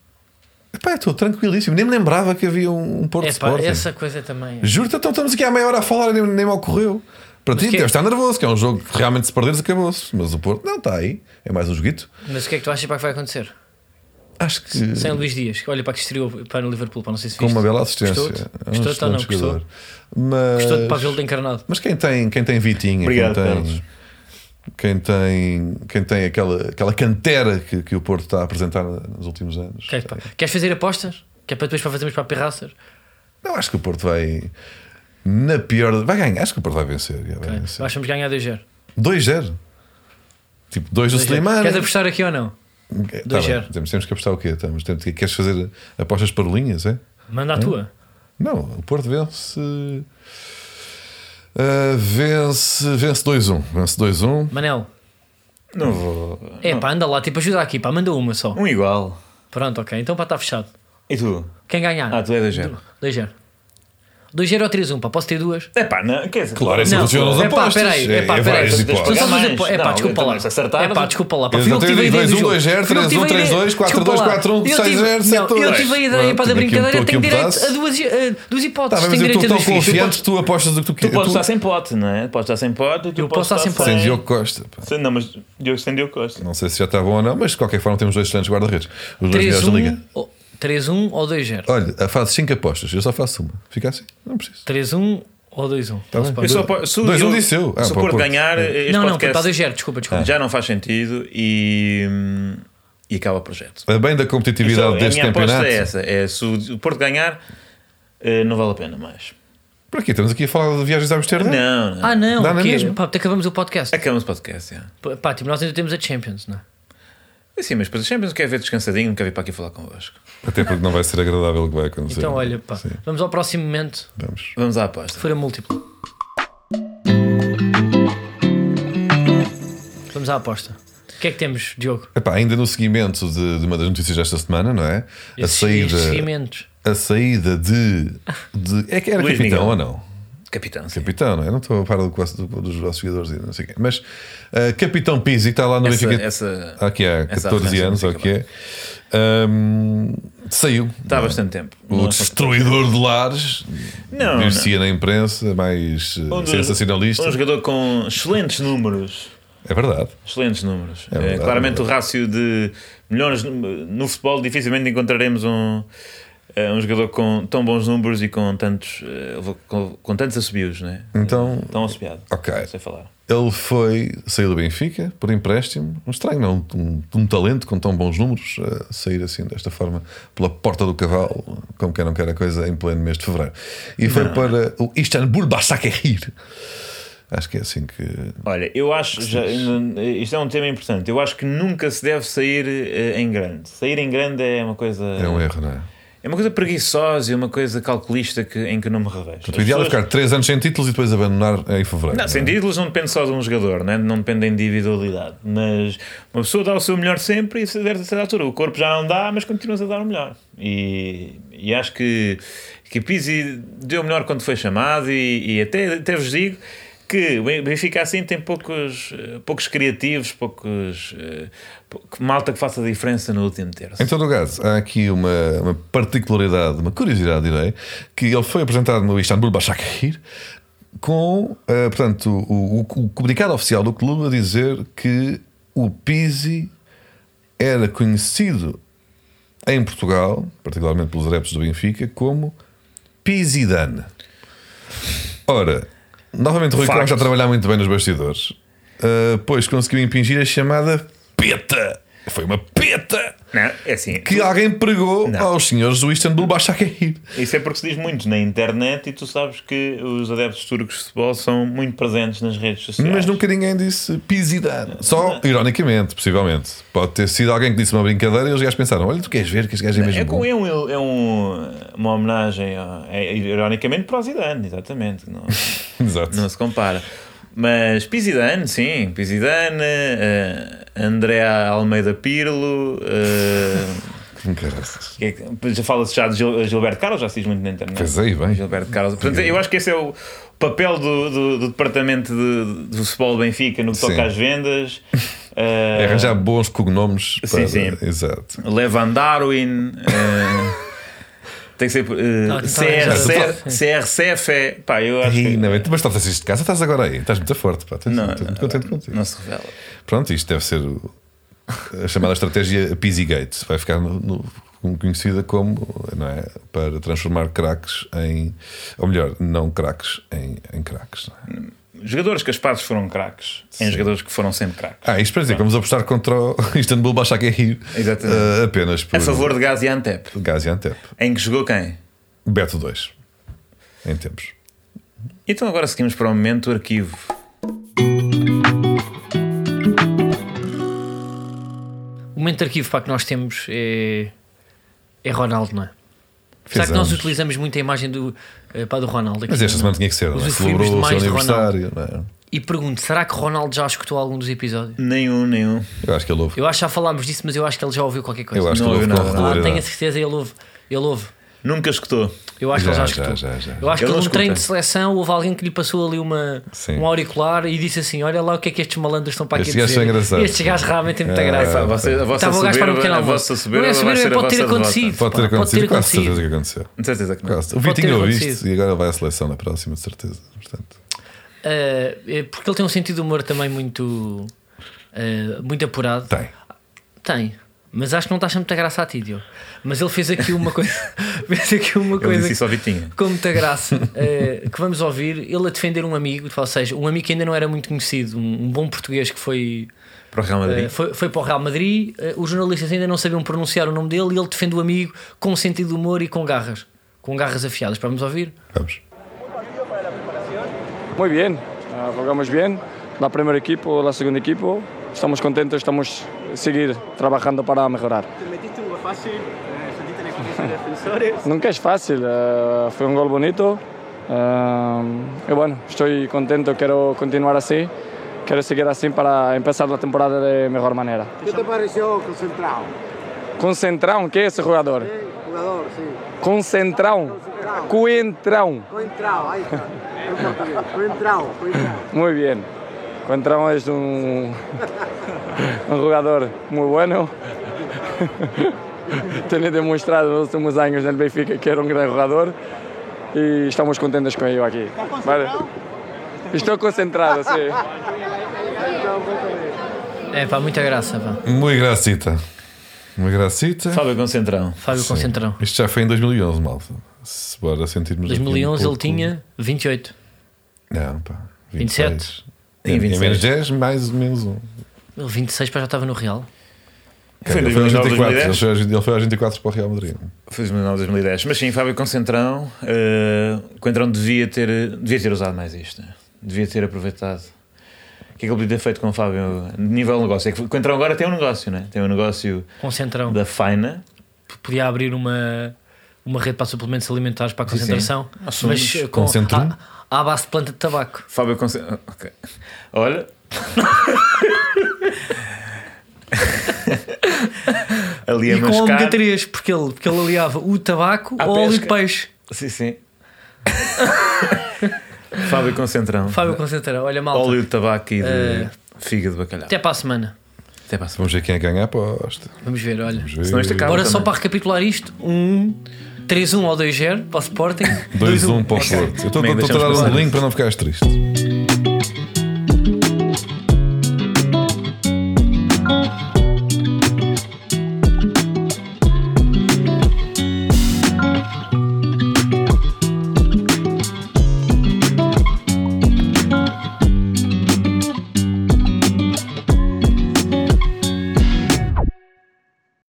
S2: Epá, eu estou tranquilíssimo. Nem me lembrava que havia um um Porto
S1: É pá,
S2: Sporting.
S1: essa coisa também. é.
S2: Juro-te, então estamos aqui há meia hora a falar e nem, nem me ocorreu. Para ti,
S1: que-
S2: deve estar nervoso, que é um jogo que realmente se perderes acabou-se. Mas o Porto não está aí. É mais um joguito.
S1: Mas o que é que tu achas para que vai acontecer?
S2: Acho que
S1: Sem Luís Dias, que olha para que estreou para o Liverpool, para não sei se
S2: com
S1: viste.
S2: uma bela assistência.
S1: Gostou-te?
S2: É um
S1: Gostou-te ou não?
S2: excelente jogador.
S1: Gostou?
S2: Mas,
S1: Gostou de Pavel de encarnado.
S2: mas quem tem, quem tem Vitinha,
S3: Obrigado,
S2: quem
S3: Carlos.
S2: tem, quem tem, quem tem aquela, aquela cantera que, que o Porto está a apresentar nos últimos anos.
S1: Queres, pá, queres fazer apostas? Que é para depois para fazermos para a pirraças?
S2: Não, acho que o Porto vai. Na pior. Vai ganhar. Acho que o Porto vai vencer. já vai
S1: Nós
S2: vencer.
S1: Achamos que ganhar 2-0.
S2: 2-0. Tipo, 2 do Slimane.
S1: Queres apostar aqui ou não?
S2: Tá
S1: 2-0.
S2: bem, temos, temos que apostar o quê? Estamos, temos, que- queres fazer apostas parolinhas, é?
S1: Manda a tua.
S2: Não, o Porto vence. ah, vence vence 2-1. Vence 2-1.
S1: Manel,
S3: Não vou.
S1: é pá, anda lá, tipo, ajuda aqui, pá, manda uma só.
S3: Um igual.
S1: Pronto, ok, então pá, está fechado.
S3: E tu?
S1: Quem ganhar?
S3: Ah, tu é da gente.
S1: 2-0. 2-0 ou 3-1, pá, posso ter duas?
S3: É pá, não. Quer dizer,
S2: Claro, é assim
S1: Não,
S2: que funcionam as
S1: epá,
S2: apostas.
S1: peraí, epá,
S2: é, é
S1: peraí.
S2: várias
S3: Então,
S1: São
S2: hipóteses.
S1: só duas
S3: mais.
S1: apo- É pá,
S3: Não,
S1: desculpa lá.
S3: se acertares-
S1: É pá, desculpa lá. Pá,
S2: Eu
S1: fui eu que
S2: tenho
S1: tive a ideia.
S2: 2-1,
S1: do jogo.
S2: 2-0,
S1: Fui eu que tive a
S2: 3-1, 3-2,
S1: ideia.
S2: 4-2,
S1: Desculpa lá.
S2: 4-1,
S1: Eu tive-
S2: 6-0,
S1: não,
S2: 7-2.
S1: Eu tive a
S2: Pronto,
S1: ideia para da
S2: tinha aqui um-
S1: brincadeira,
S2: tinha
S1: tenho
S2: aqui um
S1: direito a
S2: pedaço.
S1: duas eh, duas hipóteses.
S2: Tá, bem, mas
S1: Tenho direito
S2: eu estou
S1: a
S2: tão
S1: duas fichas.
S2: confiante que tu apostas o que tu
S3: Tu
S2: queres.
S3: podes estar sem pote, não é? Podes estar sem pote e tu
S1: Eu
S3: podes
S1: posso estar sem pote.
S2: sem Diogo Costa. pá.
S3: Sem- Não, mas Diogo sem Diogo Costa.
S2: Não sei se já está bom ou não, mas de qualquer forma temos dois excelentes guarda-redes. Os dois melhores da
S3: um.
S2: liga.
S1: 3-1 ou- 3-1 ou 2-0?
S2: Olha, fazes 5 apostas, eu só faço uma. Fica assim, não preciso.
S1: 3-1 ou 2-1?
S2: Tá bem.
S3: Eu só po- se o
S2: 2-1
S3: Diogo-
S2: disse eu. Ah,
S3: se o
S2: para o
S3: Porto
S2: Porto.
S3: ganhar, este
S1: Não, não,
S3: podcast
S1: para 2-0, desculpa, desculpa.
S3: já não faz sentido e, hum, e acaba o projeto.
S2: A bem da
S3: Então,
S2: competitividade
S3: a
S2: deste
S3: minha
S2: campeonato.
S3: aposta é essa: é se o Porto ganhar, eh, não vale a pena mais.
S2: Por aqui, estamos aqui a falar de viagens a Amsterdã.
S3: Não, não.
S1: Ah, não,
S2: Dá na
S1: o quê?
S2: mesma.
S1: Pá, até acabamos o podcast.
S3: Acabamos o podcast. já.
S1: P- Pá, tipo, nós ainda temos a Champions, não é?
S3: Sim, mas depois o Champions quer ver descansadinho, não quer vir para aqui falar convosco.
S2: Até porque não vai ser agradável o que vai acontecer.
S1: Então, olha, pá,
S2: Sim,
S1: vamos ao próximo momento.
S2: vamos.
S3: Vamos à aposta.
S1: Fura múltiplo. Vamos à aposta. O que é que temos, Diogo?
S2: Epá, ainda no seguimento de, de uma das notícias desta semana, não é? A
S1: Estes-
S2: saída,
S1: estes seguimentos.
S2: a saída de, de- É que era
S3: Luís
S2: capitão
S3: Miguel.
S2: ou não?
S3: Capitão, sim.
S2: Capitão, não é? Não estou a par do, quase do- dos vossos jogadores e não sei o quê. Mas ah, Capitão Pizzi que está lá no
S3: Essa-
S2: Benfica
S3: essa-
S2: há aqui há
S3: essa
S2: 14
S3: referência
S2: anos, ou o
S3: não
S2: que
S3: sei
S2: é. Ahm, saiu.
S3: Está há bastante tempo.
S2: O destruidor de lares,
S3: Não,
S2: dir-se-ia na imprensa, mais eh,
S3: Um dos-
S2: sensacionalista.
S3: Um jogador com excelentes números.
S2: É verdade.
S3: Excelentes números.
S2: É
S3: É,
S2: verdade,
S3: claramente
S2: é
S3: o rácio de melhores num- no futebol, dificilmente encontraremos um, eh, um jogador com tão bons números e com tantos, eh, com, com tantos assobios, né?
S2: Então,
S3: Tão assobiado.
S2: Ok.
S3: Não sei falar.
S2: ele foi, saiu do Benfica por empréstimo. Um estranho, não? De um, de um talento com tão bons números, eh, sair assim desta forma pela porta do cavalo, como quem não quer a coisa, em pleno mês de fevereiro. E foi para o Istanbul Basakehir. Acho que é assim que.
S3: Olha, eu acho. Já, isto é um tema importante. Eu acho que nunca se deve sair eh, em grande. Sair em grande é uma coisa.
S2: É um erro, não é?
S3: É uma coisa preguiçosa, é uma coisa calculista que, em que eu não me revejo.
S2: O
S3: As
S2: ideal é
S3: pessoas-
S2: ficar 3 anos sem títulos e depois abandonar em fevereiro.
S3: Não, sem títulos não depende só de um jogador, né? não depende da individualidade. Mas uma pessoa dá o seu melhor sempre e se der a certa altura. O corpo já não dá, mas continuas a dar o melhor. E, e acho que, que Pizzi deu o melhor quando foi chamado e, e até, até vos digo que o Benfica assim tem poucos, eh, poucos criativos, poucos eh, pou- malta que faça a diferença no último terço.
S2: Em todo o caso, há aqui uma, uma particularidade, uma curiosidade, direi, que ele foi apresentado no Istanbul Başakşehir com, eh, portanto, o, o- o comunicado oficial do clube a dizer que o Pizzi era conhecido em Portugal, particularmente pelos adeptos do Benfica, como Pizidane. Ora, novamente Rui
S3: Facto.
S2: Costa a trabalhar muito bem nos bastidores, eh, pois conseguiu impingir a chamada peta. Foi uma peta!
S3: Não, é assim.
S2: que alguém pregou aos senhores do Istanbul Başakşehir.
S3: Isso é porque se diz muito na internet e tu sabes que os adeptos turcos de futebol são muito presentes nas redes sociais.
S2: Mas nunca ninguém disse pisidane. Só ironicamente, possivelmente. Pode ter sido alguém que disse uma brincadeira e os gajos pensaram: olha, tu queres ver que este gajo é mesmo
S3: É,
S2: bom.
S3: com, é, um, é um- uma homenagem, a- é, ironicamente, para o Zidane, exatamente. Não,
S2: Exato.
S3: não se compara. Mas Pizidane, sim, Pizidane, eh, André Almeida Pirlo, eh,
S2: Caraças.
S3: que é que- já fala-se já de Gil- Gilberto Carlos, já se diz muito na internet.
S2: Pois é. aí, bem.
S3: Gilberto Carlos. Portanto, eu acho que esse é o papel do, do- do departamento de, do futebol do Benfica no que toca
S2: Sim.
S3: às vendas.
S2: É
S3: Eh,
S2: arranjar bons cognomes para...
S3: Sim, sim.
S2: Exato.
S3: Levan Darwin. eh, tem que ser. eh,
S1: Não, então,
S2: já-
S3: CRC, CRCF é. Pá, eu acho
S2: Ei,
S3: que.
S2: não, mas estás a assistir de casa, estás agora aí, estás muito forte, pá. Estás
S3: Não,
S2: muito,
S3: não,
S2: muito contente contigo.
S3: Não se revela.
S2: Pronto, isto deve ser o- a chamada estratégia Pizzygate. Vai ficar no- no- como conhecida como, não é? Para transformar craques em. Ou melhor, não craques em, em craques. não é?
S3: Jogadores capazes foram craques. Em
S2: Sim.
S3: jogadores que foram sempre craques.
S2: Ah, isto para dizer que vamos apostar contra o Istanbul Başakşehir
S3: Exatamente.
S2: eh, apenas por
S3: A favor de Gaziantep.
S2: Gaziantep.
S3: Em que jogou quem?
S2: Beto 2. Em tempos.
S3: Então agora seguimos para o momento arquivo.
S1: O momento de arquivo pá, que nós temos é, é Ronaldo, não é? Será que
S2: Fez
S1: nós
S2: anos.
S1: utilizamos muito a imagem do, eh, pá, do Ronaldo? aqui,
S2: Mas esta
S1: não?
S2: semana tinha que ser, não é?
S1: Usufruímos
S2: Celebrou o seu
S1: demais de
S2: aniversário, não é?
S1: E pergunto, será que Ronaldo já escutou algum dos episódios?
S3: Nenhum, nenhum.
S2: Eu acho que ele ouve.
S1: Eu acho que já falámos disso, mas eu acho que ele já ouviu qualquer coisa.
S2: Eu acho que
S3: Não
S2: ele ouve
S3: ouviu
S2: com
S3: nada.
S1: Ah, tenho a
S2: regularidade.
S1: certeza, ele ouve. Ele ouve.
S3: Nunca escutou.
S1: Eu acho que ele já
S2: Já, já,
S1: escutou.
S2: já, já.
S1: Eu acho
S3: Ele
S1: que
S3: não
S1: num treino
S3: escuta.
S1: de seleção houve alguém que lhe passou ali uma,
S2: Sim.
S1: um auricular e disse assim: Olha lá o que é que estes malandros estão para aqui
S2: Estes
S1: a
S2: gajos
S1: dizer.
S2: são engraçados.
S1: Estes gajos realmente têm muita
S2: É,
S1: graça.
S2: pá,
S3: você- a vossa
S1: Estava o gajo para um
S3: soberba-
S1: pequeno
S3: a
S1: almoço.
S3: vossa soberba
S1: Não é
S3: vai
S1: soberba,
S3: ser a
S1: pode ter
S3: vossa derrota.
S1: acontecido.
S2: Pode
S1: pá,
S2: ter acontecido, quase certeza
S1: acontecido.
S2: que aconteceu.
S3: De certeza que não.
S2: Quase. O
S1: Pode ter
S2: Vitinho ouviu isto
S1: acontecido.
S2: e agora vai à seleção na próxima, de certeza. Portanto,
S1: Ah, é porque ele tem um sentido de humor também muito, ah, muito apurado.
S2: tem.
S1: Tem. Mas acho que não está achando muita graça a ti, Diogo. Mas ele fez aqui uma coisa. fez aqui uma
S3: Eu
S1: coisa.
S3: disse isso ao Vitinho.
S1: com muita graça eh, que vamos ouvir ele a defender um amigo, ou seja, um amigo que ainda não era muito conhecido, um, um bom português que foi,
S3: Para o Real
S1: eh,
S3: Madrid.
S1: foi, foi para o Real Madrid. eh, os jornalistas ainda não sabiam pronunciar o nome dele e ele defende o amigo com um sentido de humor e com garras, com garras afiadas. Para vamos ouvir?
S2: Vamos.
S4: Muy bien, ah, jugamos bien. La primer equipo, la segundo equipo. Estamos contentos, estamos seguir trabajando para mejorar.
S5: Te metiste un gol fácil, eh, sentiste la confianza de defensores.
S4: Nunca es fácil, ah, fue un gol bonito. ah, y bueno, estoy contento, quiero continuar así. Quiero seguir así para empezar la temporada de mejor manera.
S6: ¿Qué te pareció concentrado?
S4: Concentrado, ¿qué es ese jugador?
S6: Jugador, sí.
S4: Concentrado. Coentrado.
S6: Coentrado, ahí está. En portugués. Coentrado, coentrado.
S4: Muy bien. Encontramos es un, un jugador muy bueno. Tiene demostrado en los últimos años en el Benfica que era un gran jugador y estamos contentos con ello aquí. ¿vale? Estoy concentrado, sí.
S1: É pá, muita graça, pá.
S2: Muito gracita. Muito
S1: É.
S2: gracita.
S3: Fábio Concentrão.
S1: Fábio Concentrão.
S2: Isto já foi em 2011, malta. Se bora sentirmos. aqui um
S1: 2011 ele
S2: pouco-
S1: tinha 28.
S2: Não, pá.
S1: 27.
S2: 26.
S3: Tinha
S2: É, é
S3: 26.
S2: menos 10, mais ou menos 1.
S1: Ele 26 para já estava no Real.
S3: Foi em
S2: ele, foi aos
S3: 2009,
S2: 24,
S3: 2010.
S2: ele, foi aos 20 ele foi aos 24 para o Real Madrid. Então
S3: Foi 2009, 2010. Mas sim, Fábio Concentrão. eh, Coentrão devia ter, devia ter usado mais isto. né? Devia ter aproveitado. O que é que ele podia ter feito com o Fábio? Nível negócio. É que Coentrão agora tem um negócio, né? Tem um negócio
S1: Concentrão.
S3: da Faina.
S1: Podia abrir uma, uma rede para suplementos alimentares para a
S3: Sim, sim.
S1: concentração.
S3: Nós somos
S1: Mas eh, com,
S2: Concentrum.
S1: à, à base de planta de tabaco.
S3: Fábio Concentrão. Ok. Olha. Ali a
S1: e com
S3: mascar.
S1: ômega 3, porque ele, porque ele aliava o tabaco
S3: À
S1: ao óleo de
S3: pesca.
S1: peixe.
S3: Sim, sim. Fábio Concentrão.
S1: Fábio Concentrão, olha malta.
S3: Óleo de tabaco e de
S1: Eh,
S3: figa de bacalhau.
S1: Até para a semana.
S3: Até para a semana.
S2: Vamos ver quem é que ganha a aposta.
S1: Vamos ver, olha.
S2: Vamos ver.
S3: Senão isto acaba
S1: Agora só
S3: também.
S1: para recapitular isto: 1, 3-1 ao 2-0 para o Sporting.
S2: 2-1 para o Porto. Eu estou-
S3: Bem,
S2: estou estou a dar
S3: deixamos
S2: um
S3: passar.
S2: link para não ficares triste.